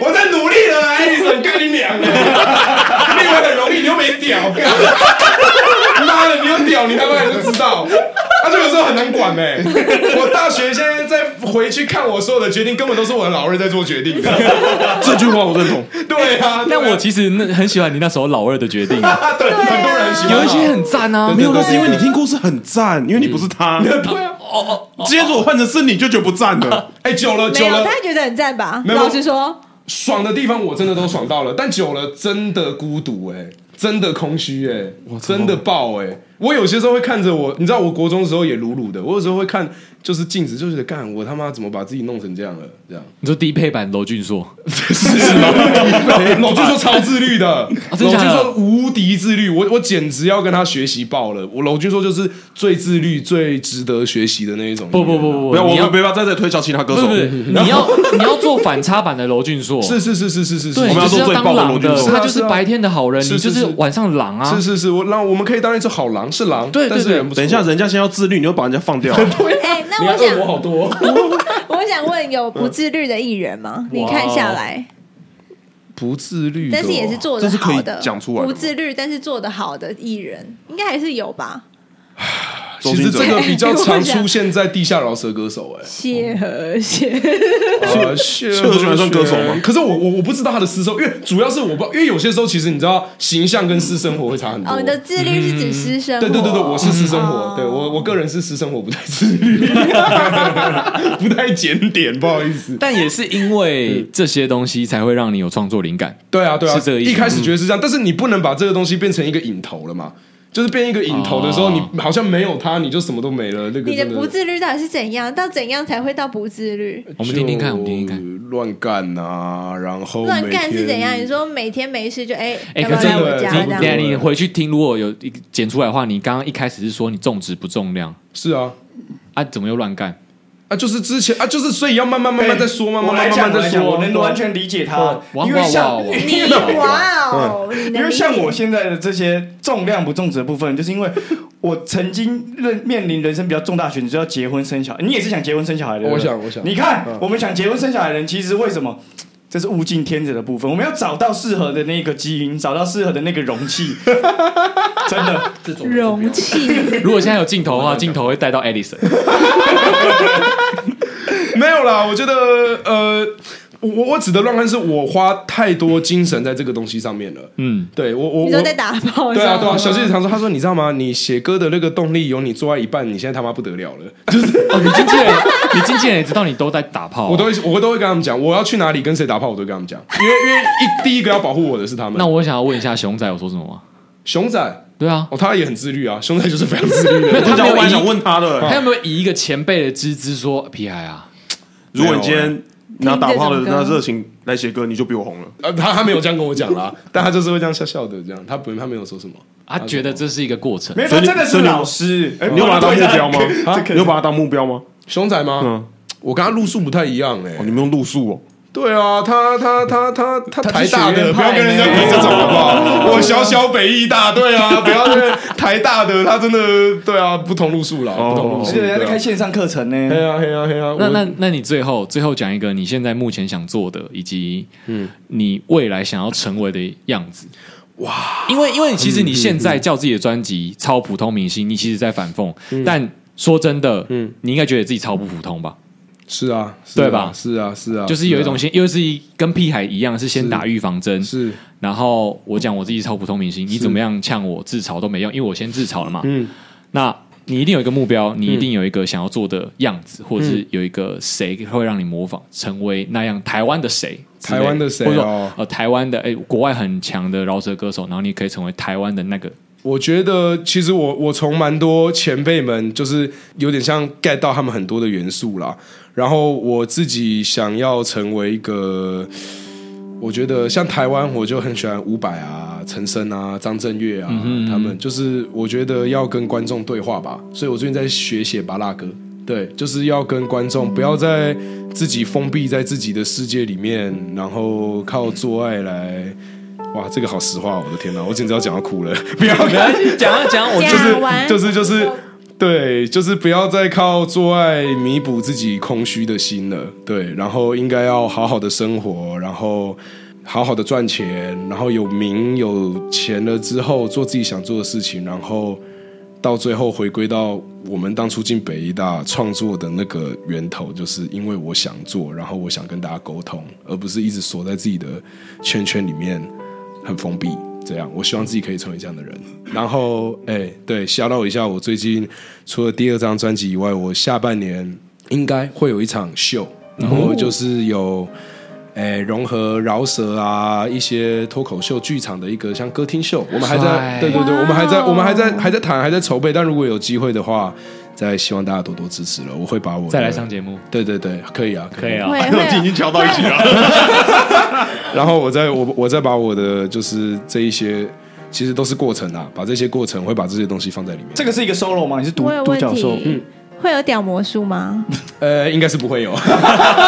S6: 我在努力了啊，艾丽森，干你娘的！啊 你以为很容易，你又没屌，干！ 妈的，你有屌，你他妈也就知道。他、啊、这个时候很难管哎、我大学现在再回去看我所有的决定，根本都是我的老二在做决定的。
S1: 这句话我认同，
S6: 对啊，
S3: 但我
S6: 对
S3: 其实那很喜欢你那时候老二的决定，
S6: 啊 对很多人喜欢
S3: 有一些很赞啊，
S1: 没有，那是因为你听故事很赞，因为你不是他。
S6: 对啊，
S1: 今天如果换成是你，就觉得不赞了。
S6: 哎、久了
S4: 没
S6: 久
S4: 有，
S6: 了，
S4: 他觉得很赞吧？
S6: 没有
S4: 老实说，
S6: 爽的地方我真的都爽到了，但久了真的孤独哎、真的空虚哎、真的爆哎、我有些时候会看着我，你知道，我国中的时候也鲁鲁的，我有时候会看就是镜子，就是干我他妈怎么把自己弄成这样了？这样
S3: 你说低配版娄俊硕，
S6: 是吗？ 老俊说超自 律的，
S3: 啊真的
S6: 老
S3: 假的
S6: 俊说无敌自律，我我简直要跟他学习爆了。我老俊说就是最自律、最值得学习的那一种。
S3: 不不不不
S1: 没有，
S3: 不，
S1: 我
S3: 你要
S1: 们没办法在这里推销其他歌
S3: 不是
S1: 手。
S3: 不是，你要 你要做反差版的娄俊硕，
S6: 是是是是是是是，
S3: 对，
S1: 我们
S3: 就
S1: 要
S3: 是
S1: 做最
S3: 当
S1: 棒的
S3: 狼
S1: 罗
S3: 的
S1: 俊，硕
S3: 他就是啊白天的好人，
S6: 是
S3: 你就是是
S6: 是
S3: 晚上狼啊
S6: 是，是是，我让我们可以当一只好狼，是狼，
S3: 对对
S6: 但是
S3: 对
S6: 人不错
S1: 等一下，人家先要自律，你就把人 家放掉。
S4: 哎，那我想，好多。 我想问，有不自律的艺人吗？你看下来，
S6: 不自律的哦，
S4: 但是也是做的
S1: 这是可以
S4: 好的，
S1: 讲出来的吗
S4: 不自律但是做的好的艺人，应该还是有吧？
S1: 周
S6: 其
S1: 星
S6: 实
S1: 哲
S6: 这个比较常
S4: 我想
S6: 出现在地下饶舌歌手、
S4: 谢和谢，
S6: 哎，呃，谢
S1: 谢和弦算歌手吗
S6: 可是我我我不知道他的私生，因为主要是我不，因为有些时候其实你知道形象跟私生活会差很多。
S4: 哦，你的自律是指私生活？
S6: 嗯对对对对，我是私生活，
S4: 哦
S6: 对我我个人是私生活不太自律， 不太检点，不好意思。
S3: 但也是因为这些东西才会让你有创作灵感。
S6: 对啊，对啊，
S3: 是这个意思嗯
S6: 一开始觉得是这样，但是你不能把这个东西变成一个引头了嘛。就是变一个引头的时候，
S3: 哦
S6: 你好像没有他，你就什么都没了。那个
S4: 你的
S6: 真
S4: 不自律到底是怎样？到怎样才会到不自律？
S3: 我们听听看，我们听听看。
S6: 就乱干呐，然后
S4: 乱干是
S6: 每天
S4: 怎样？你说每天没事就哎，
S3: 哎，
S4: 要不
S3: 可
S4: 要
S3: 是
S4: 来我
S6: 真
S4: 家
S6: 的
S4: 这
S3: 你
S4: 样
S3: 等一 下？你回去听，如果有一个剪出来的话，你刚刚一开始是说你重质不重量
S6: 是啊，
S3: 啊，怎么又乱 干？
S6: 啊，就是之前啊，就是所以要慢慢慢慢再说，慢慢
S5: 我
S6: 慢
S5: 来
S6: 慢
S5: 讲，
S6: 慢
S5: 我
S6: 慢
S3: 哎
S5: 来
S6: 再
S5: 讲，
S6: 说。
S5: 我能完全理解他，
S3: 哇
S5: 因
S3: 哇
S5: 为像
S3: 哇哇
S4: 你哇哦，你能
S5: 因为
S4: 理
S5: 像我
S4: 解
S5: 现在的这些重量不重质的部分，就是因为我曾经认面临人生比较重大的选择，就要结婚生小孩。你也是想结婚生小孩的，对不对
S6: 我想我想
S5: 你看
S6: 嗯，
S5: 我们想结婚生小孩的人，其实为什么？这是物竞天择的部分，我们要找到适合的那个基因，找到适合的那个容器，真的。
S4: 容器，
S3: 如果现在有镜头的话，镜头会带到 Edison。
S6: 没有啦，我觉得呃，我我我指的乱干是我花太多精神在这个东西上面了。
S3: 嗯，
S6: 对我我
S4: 你
S6: 我
S4: 说在打炮？
S6: 对啊对啊，小
S4: 心
S6: 谢常说，他说你知道吗？你写歌的那个动力有你做爱一半，你现在他妈不得了了。
S3: 哦，你经纪人，你经纪人也知道你都在打炮啊，
S6: 我都会我都会跟他们讲，我要去哪里跟谁打炮，我都会跟他们讲，因为因为一第一个要保护我的是他们。
S3: 那我想要问一下熊仔有说什么吗？
S6: 熊仔
S3: 对啊，
S6: 哦，他也很自律啊，熊仔就是非常自律的。
S3: 没有
S1: 我
S3: 他
S1: 想
S3: 没有
S1: 我还
S3: 以
S1: 想问他的，
S3: 他有没有以一个前辈的资质说皮海啊？
S1: 如果你今天拿打炮的
S4: 啊听这种
S1: 那
S4: 歌
S1: 热情来写歌，你就比我红了。
S6: 呃，他他没有这样跟我讲啦，但他就是会这样笑笑的这样，他不他没有说什么。
S3: 他觉得这是一个过程
S5: 没，有，
S1: 所
S5: 他
S1: 以你
S5: 真的是
S1: 所以你
S5: 老师，哎
S1: 你有把它当目标吗？
S5: 我
S1: 啊
S5: 对他这，个
S1: 你有把它当目标吗？
S6: 熊仔吗？
S1: 嗯
S6: 我跟他路数不太一样哎、
S1: 哦，你们用路数 哦。
S6: 对啊，他他他他他
S5: 他
S6: 台
S5: 是
S6: 大
S5: 学
S6: 的，
S5: 院
S6: 不要
S5: 派
S6: 跟人家
S5: 呢
S6: 比这种好不好？我小小北艺大，对啊，不要跟台大的，他真的对啊，不同路数啦，
S1: 哦
S6: 不同路
S5: 而
S6: 数。
S5: 且人家在
S6: 对
S5: 开
S6: 啊
S5: 线上课程呢。
S6: 嘿啊嘿啊嘿啊！
S3: 那
S6: 我
S3: 那那你最后最后讲一个你现在目前想做的，以及嗯你未来想要成为的样子。哇！因为因为其实你现在叫自己的专辑超普通明星，你其实在反讽，但说真的，嗯，你应该觉得自己超不普通吧？
S6: 是啊，是啊
S3: 对吧
S6: 是啊是啊，
S3: 就是有一种
S6: 是
S3: 先，又是一跟屁孩一样，是先打预防针
S6: 啊，是
S3: 然后我讲我自己超普通明星，你怎么样呛我自嘲都没用，因为我先自嘲了嘛。嗯，那你一定有一个目标，你一定有一个想要做的样子，或者是有一个谁会让你模仿，成为那样台湾的谁之类，
S6: 台湾的谁
S3: 或者说
S6: 哦
S3: 呃台湾的哎国外很强的饶舌歌手，然后你可以成为台湾的那个。
S6: 我觉得其实我我从蛮多前辈们，就是有点像 get 到他们很多的元素啦。然后我自己想要成为一个，我觉得像台湾，我就很喜欢伍佰啊、陈升啊、张震岳啊，
S3: 嗯哼
S6: 他们就是我觉得要跟观众对话吧，所以我最近在学写巴拉歌，对，就是要跟观众不要再自己封闭在自己的世界里面，然后靠做爱来。哇，这个好实话，我的天哪，我简直要讲到哭了！ 不要
S3: 没关系讲啊讲啊我
S6: 就
S3: 讲完
S6: 是就是就是，对，就是不要再靠做爱弥补自己空虚的心了。对，然后应该要好好的生活，然后好好的赚钱，然后有名有钱了之后，做自己想做的事情，然后到最后回归到我们当初进北医大创作的那个源头，就是因为我想做，然后我想跟大家沟通，而不是一直锁在自己的圈圈里面很封闭。这样，我希望自己可以成为这样的人。然后，哎、对，吓到我一下。我最近除了第二张专辑以外，我下半年应该会有一场秀，然后就是有。哎，融合饶舌啊，一些脱口秀剧场的一个像歌厅秀，我们还在，
S3: 帅
S6: 对对对，
S4: 哇哦
S6: 我们还在，我们还在，还在谈，还在筹备。但如果有机会的话，再希望大家多多支持了。我会把我的
S3: 再来上节目，
S6: 对对对，可以啊，可以。
S3: 以啊
S4: 会
S1: 我已
S4: 会
S1: 经瞧到一起了。
S6: 然后我再我我再把我的就是这一些，其实都是过程啊，把这些过程会把这些东西放在里面。
S5: 这个是一个 solo 吗？你是独
S4: 我有
S5: 独
S4: 问
S5: 角兽？
S4: 题，会有屌魔术吗？
S6: 呃，应该是不会有，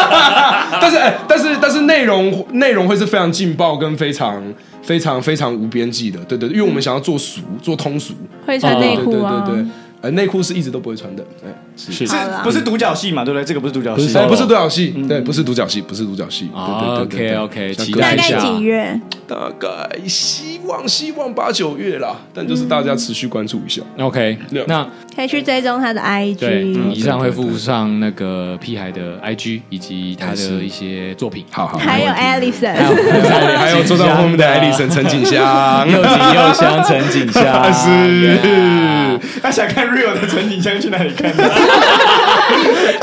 S6: 但是、哎，但是但是内容内容会是非常劲爆跟非常非常非常无边际的，对对，因为我们想要做俗，做通俗，
S4: 会穿内裤啊吗？
S6: 对对对对，呃，内裤是一直都不会穿的，哎、是。
S5: 是
S3: 啊
S4: 好啦
S5: 不是独角戏嘛？对不对？这个不是独角
S3: 不
S5: 戏
S3: 是，
S6: 哎、
S3: solo
S6: 不是独角戏，对，不是独角戏，不是独角戏。
S3: 哦
S6: 对对对对
S3: OK，OK，
S6: 像
S3: 期
S6: 歌
S3: 待
S4: 大
S3: 一下
S4: 概几月？
S6: 大概希望希望八九月啦，但就是大家持续关注一下。
S3: OK，
S6: Yeah
S3: 那
S4: 可以去追踪他的
S3: 对，嗯以
S6: 嗯
S4: IG。
S3: 上会附上那个屁孩的 IG 以及他的一些作品。
S6: 好好，
S4: 还有
S6: 没问
S4: Alison，
S6: 题还有还有坐在后面的艾丽森陈景香，
S3: 又紧又香，陈景香
S6: 是
S3: Yeah
S5: 他想看 real 的陈景香去哪里看？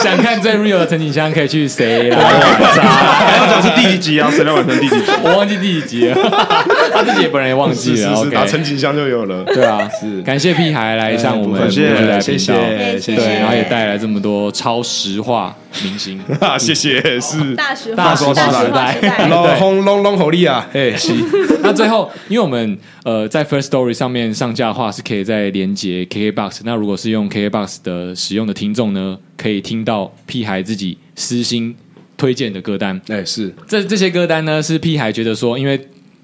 S3: 想看最 real 的陈景香，可以去谁来网站？
S1: 还要讲是第几集啊？谁来完成第几集？
S3: 我忘记第几集了，他自己本人也忘
S6: 是
S3: 记
S6: 是
S3: 了。
S6: 是，打
S3: OK，
S6: 陈景香就有了。
S3: 对啊，
S6: 是
S3: 感谢屁孩来上我们
S1: 感谢
S3: 未来
S1: 谢
S3: 频道，
S1: 谢
S4: 谢
S3: 对，
S4: 谢
S3: 然后也带来这么多超实话明星。
S6: 啊，谢谢，是
S4: 大实
S3: 大
S4: 话
S3: 实话
S4: 时
S3: 时代
S4: 代，
S6: 老轰隆隆吼力啊，哎，是，
S3: 那最后，因为我们呃在 First Story 上面上架的话，是可以在连接 KKBox。那如果是用 KKBox 的使用的听众呢，可以听到屁孩自己私心推荐的歌单。
S6: 哎是，
S3: 这这些歌单呢，是屁孩觉得说，因为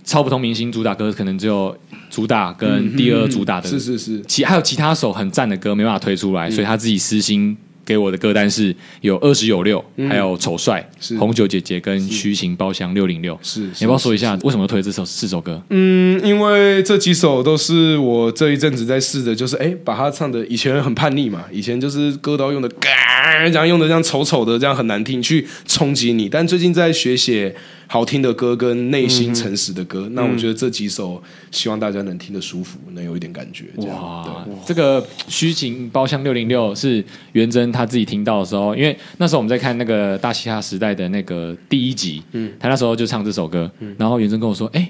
S3: 超不同明星主打歌可能只有主打跟第二主打的，
S6: 嗯是是是，
S3: 其还有其他首很赞的歌没办法推
S6: 嗯
S3: 出来，所以他自己私心给我的歌单是有二十有六，还有丑帅、
S6: 嗯是
S3: 红酒姐姐跟虚情包厢六零六。
S6: 是
S3: 你
S6: 是
S3: 要不要说一下为什么推这首四首歌？
S6: 嗯，因为这几首都是我这一阵子在试的，就是哎，把它唱的以前很叛逆嘛，以前就是歌都要用的嘎，这样用的这样丑丑的，这样很难听，去冲击你。但最近在学写好听的歌跟内心诚实的歌，那我觉得这几首希望大家能听得舒服，能有一点感觉。这样
S3: 哇，这个虚情包厢六零六是元真他自己听到的时候，因为那时候我们在看那个大嘻哈时代的那个第一集，
S6: 嗯
S3: 他那时候就唱这首歌，然后元真跟我说，哎、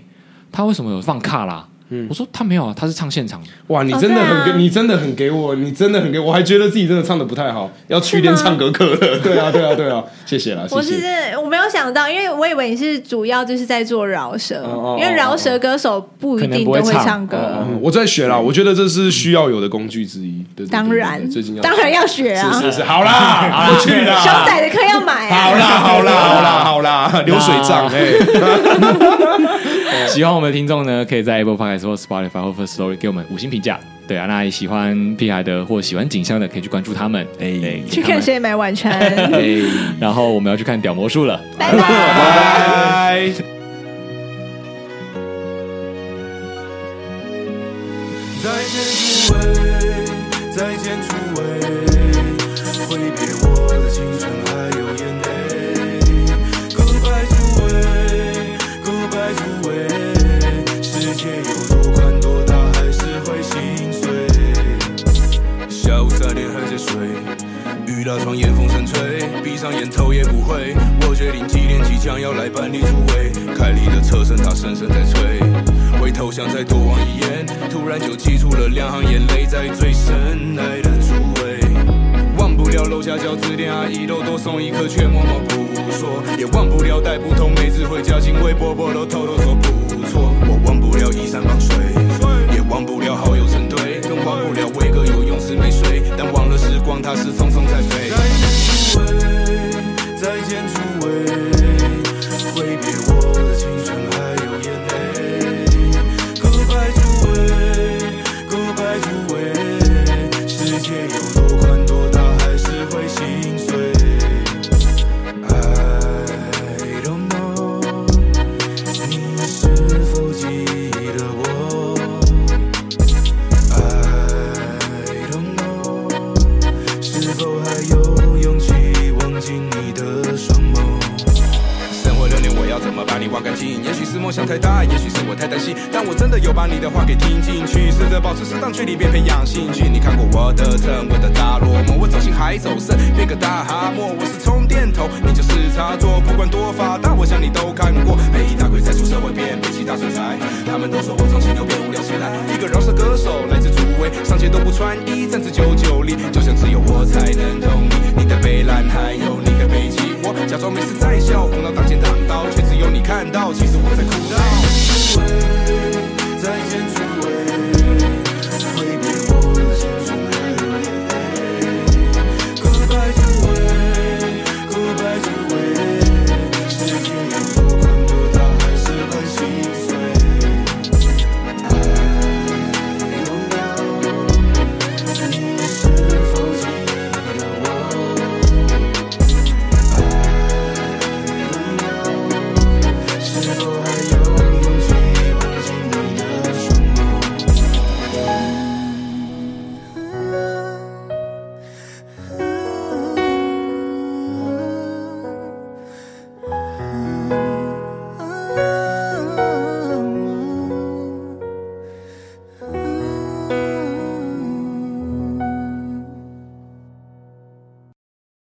S3: 他为什么有放卡啦？
S6: 嗯
S3: 我说他没有啊，他是唱现场的。
S6: 哇，你
S4: 哦
S6: 真的
S4: 对啊
S6: 很给，你真的很给我，你真的很给我，我还觉得自己真的唱的不太好，要去练唱歌课了。 对啊，对啊，对啊，谢谢啦，谢
S4: 我是
S6: 谢。
S4: 真的我没有想到，因为我以为你是主要就是在做饶舌，
S6: 哦哦
S4: 因为饶舌歌手不一定都
S3: 可能不会唱
S4: 唱歌，
S6: 嗯，我在学啦，我觉得这是需要有的工具之一。对，对对
S4: 当
S6: 对
S4: 然
S6: 对最近要
S4: 当然要学啊，
S6: 是是是，好啦， 好啦，去啦，
S4: 熊仔的课要买啊
S6: 好。啦，好啦，好啦，好 啦，流水账哎，
S3: 喜欢我们的听众呢，可以在 Apple Podcast 或 Spotify 或 First Story 给我们五星评价。对啊，那也喜欢屁孩的或喜欢景香的，可以去关注他们。哎、
S4: 去看谁买晚餐，
S3: 然后我们要去看屌魔术了。
S4: 拜拜。
S6: 拜。
S8: 再见诸位，再见诸位，挥别我的青春还有眼泪。Goodbye 诸位，Goodbye 诸位，世界有多宽多大，还是会心碎。下午三点还在睡，雨打窗沿风声吹，闭上眼头也不会。我决定几点即将要来办理突围，凯莉的车声它深深在催，回头想再多望一眼，突然就挤出了两行眼泪在最深爱的诸位。忘不不了楼下小吃店阿姨都多送一颗，却默默不说。也忘不了带不同妹子回家，亲微波波都偷偷说不错。我忘不了依山傍水，也忘不了好友成堆，更忘不了威哥游泳池没水，但忘了时光它是匆匆在飞。再见诸位，挥别我的青春还有眼泪。Goodbye 诸位，Goodbye 诸位，世界有多宽多大，还是会心碎。I don't know，你是否记得我？I don't know，是否还有勇气望进你的双眸？生活六年，我要怎么把你挖干净？也许是梦想太大，也许是我太担心，但我真的有把你的话给听进去，试着保持适当距离，别培养兴趣。你看过我的疼，我的大落寞，我走进海走深，变个大哈沫。我是充电头，你就是插座，不管多发达，我想你都看过。每一大鬼才出社会变北极大水才，他们都说我从清流变无聊起来。一个饶舌歌手来自竹围，上街都不穿衣，站至九九里，就像只有我才能懂你。你的北蓝还有你的北极，我假装没事在笑，红到挡箭挡刀，却只有你看到，其实我在哭泣。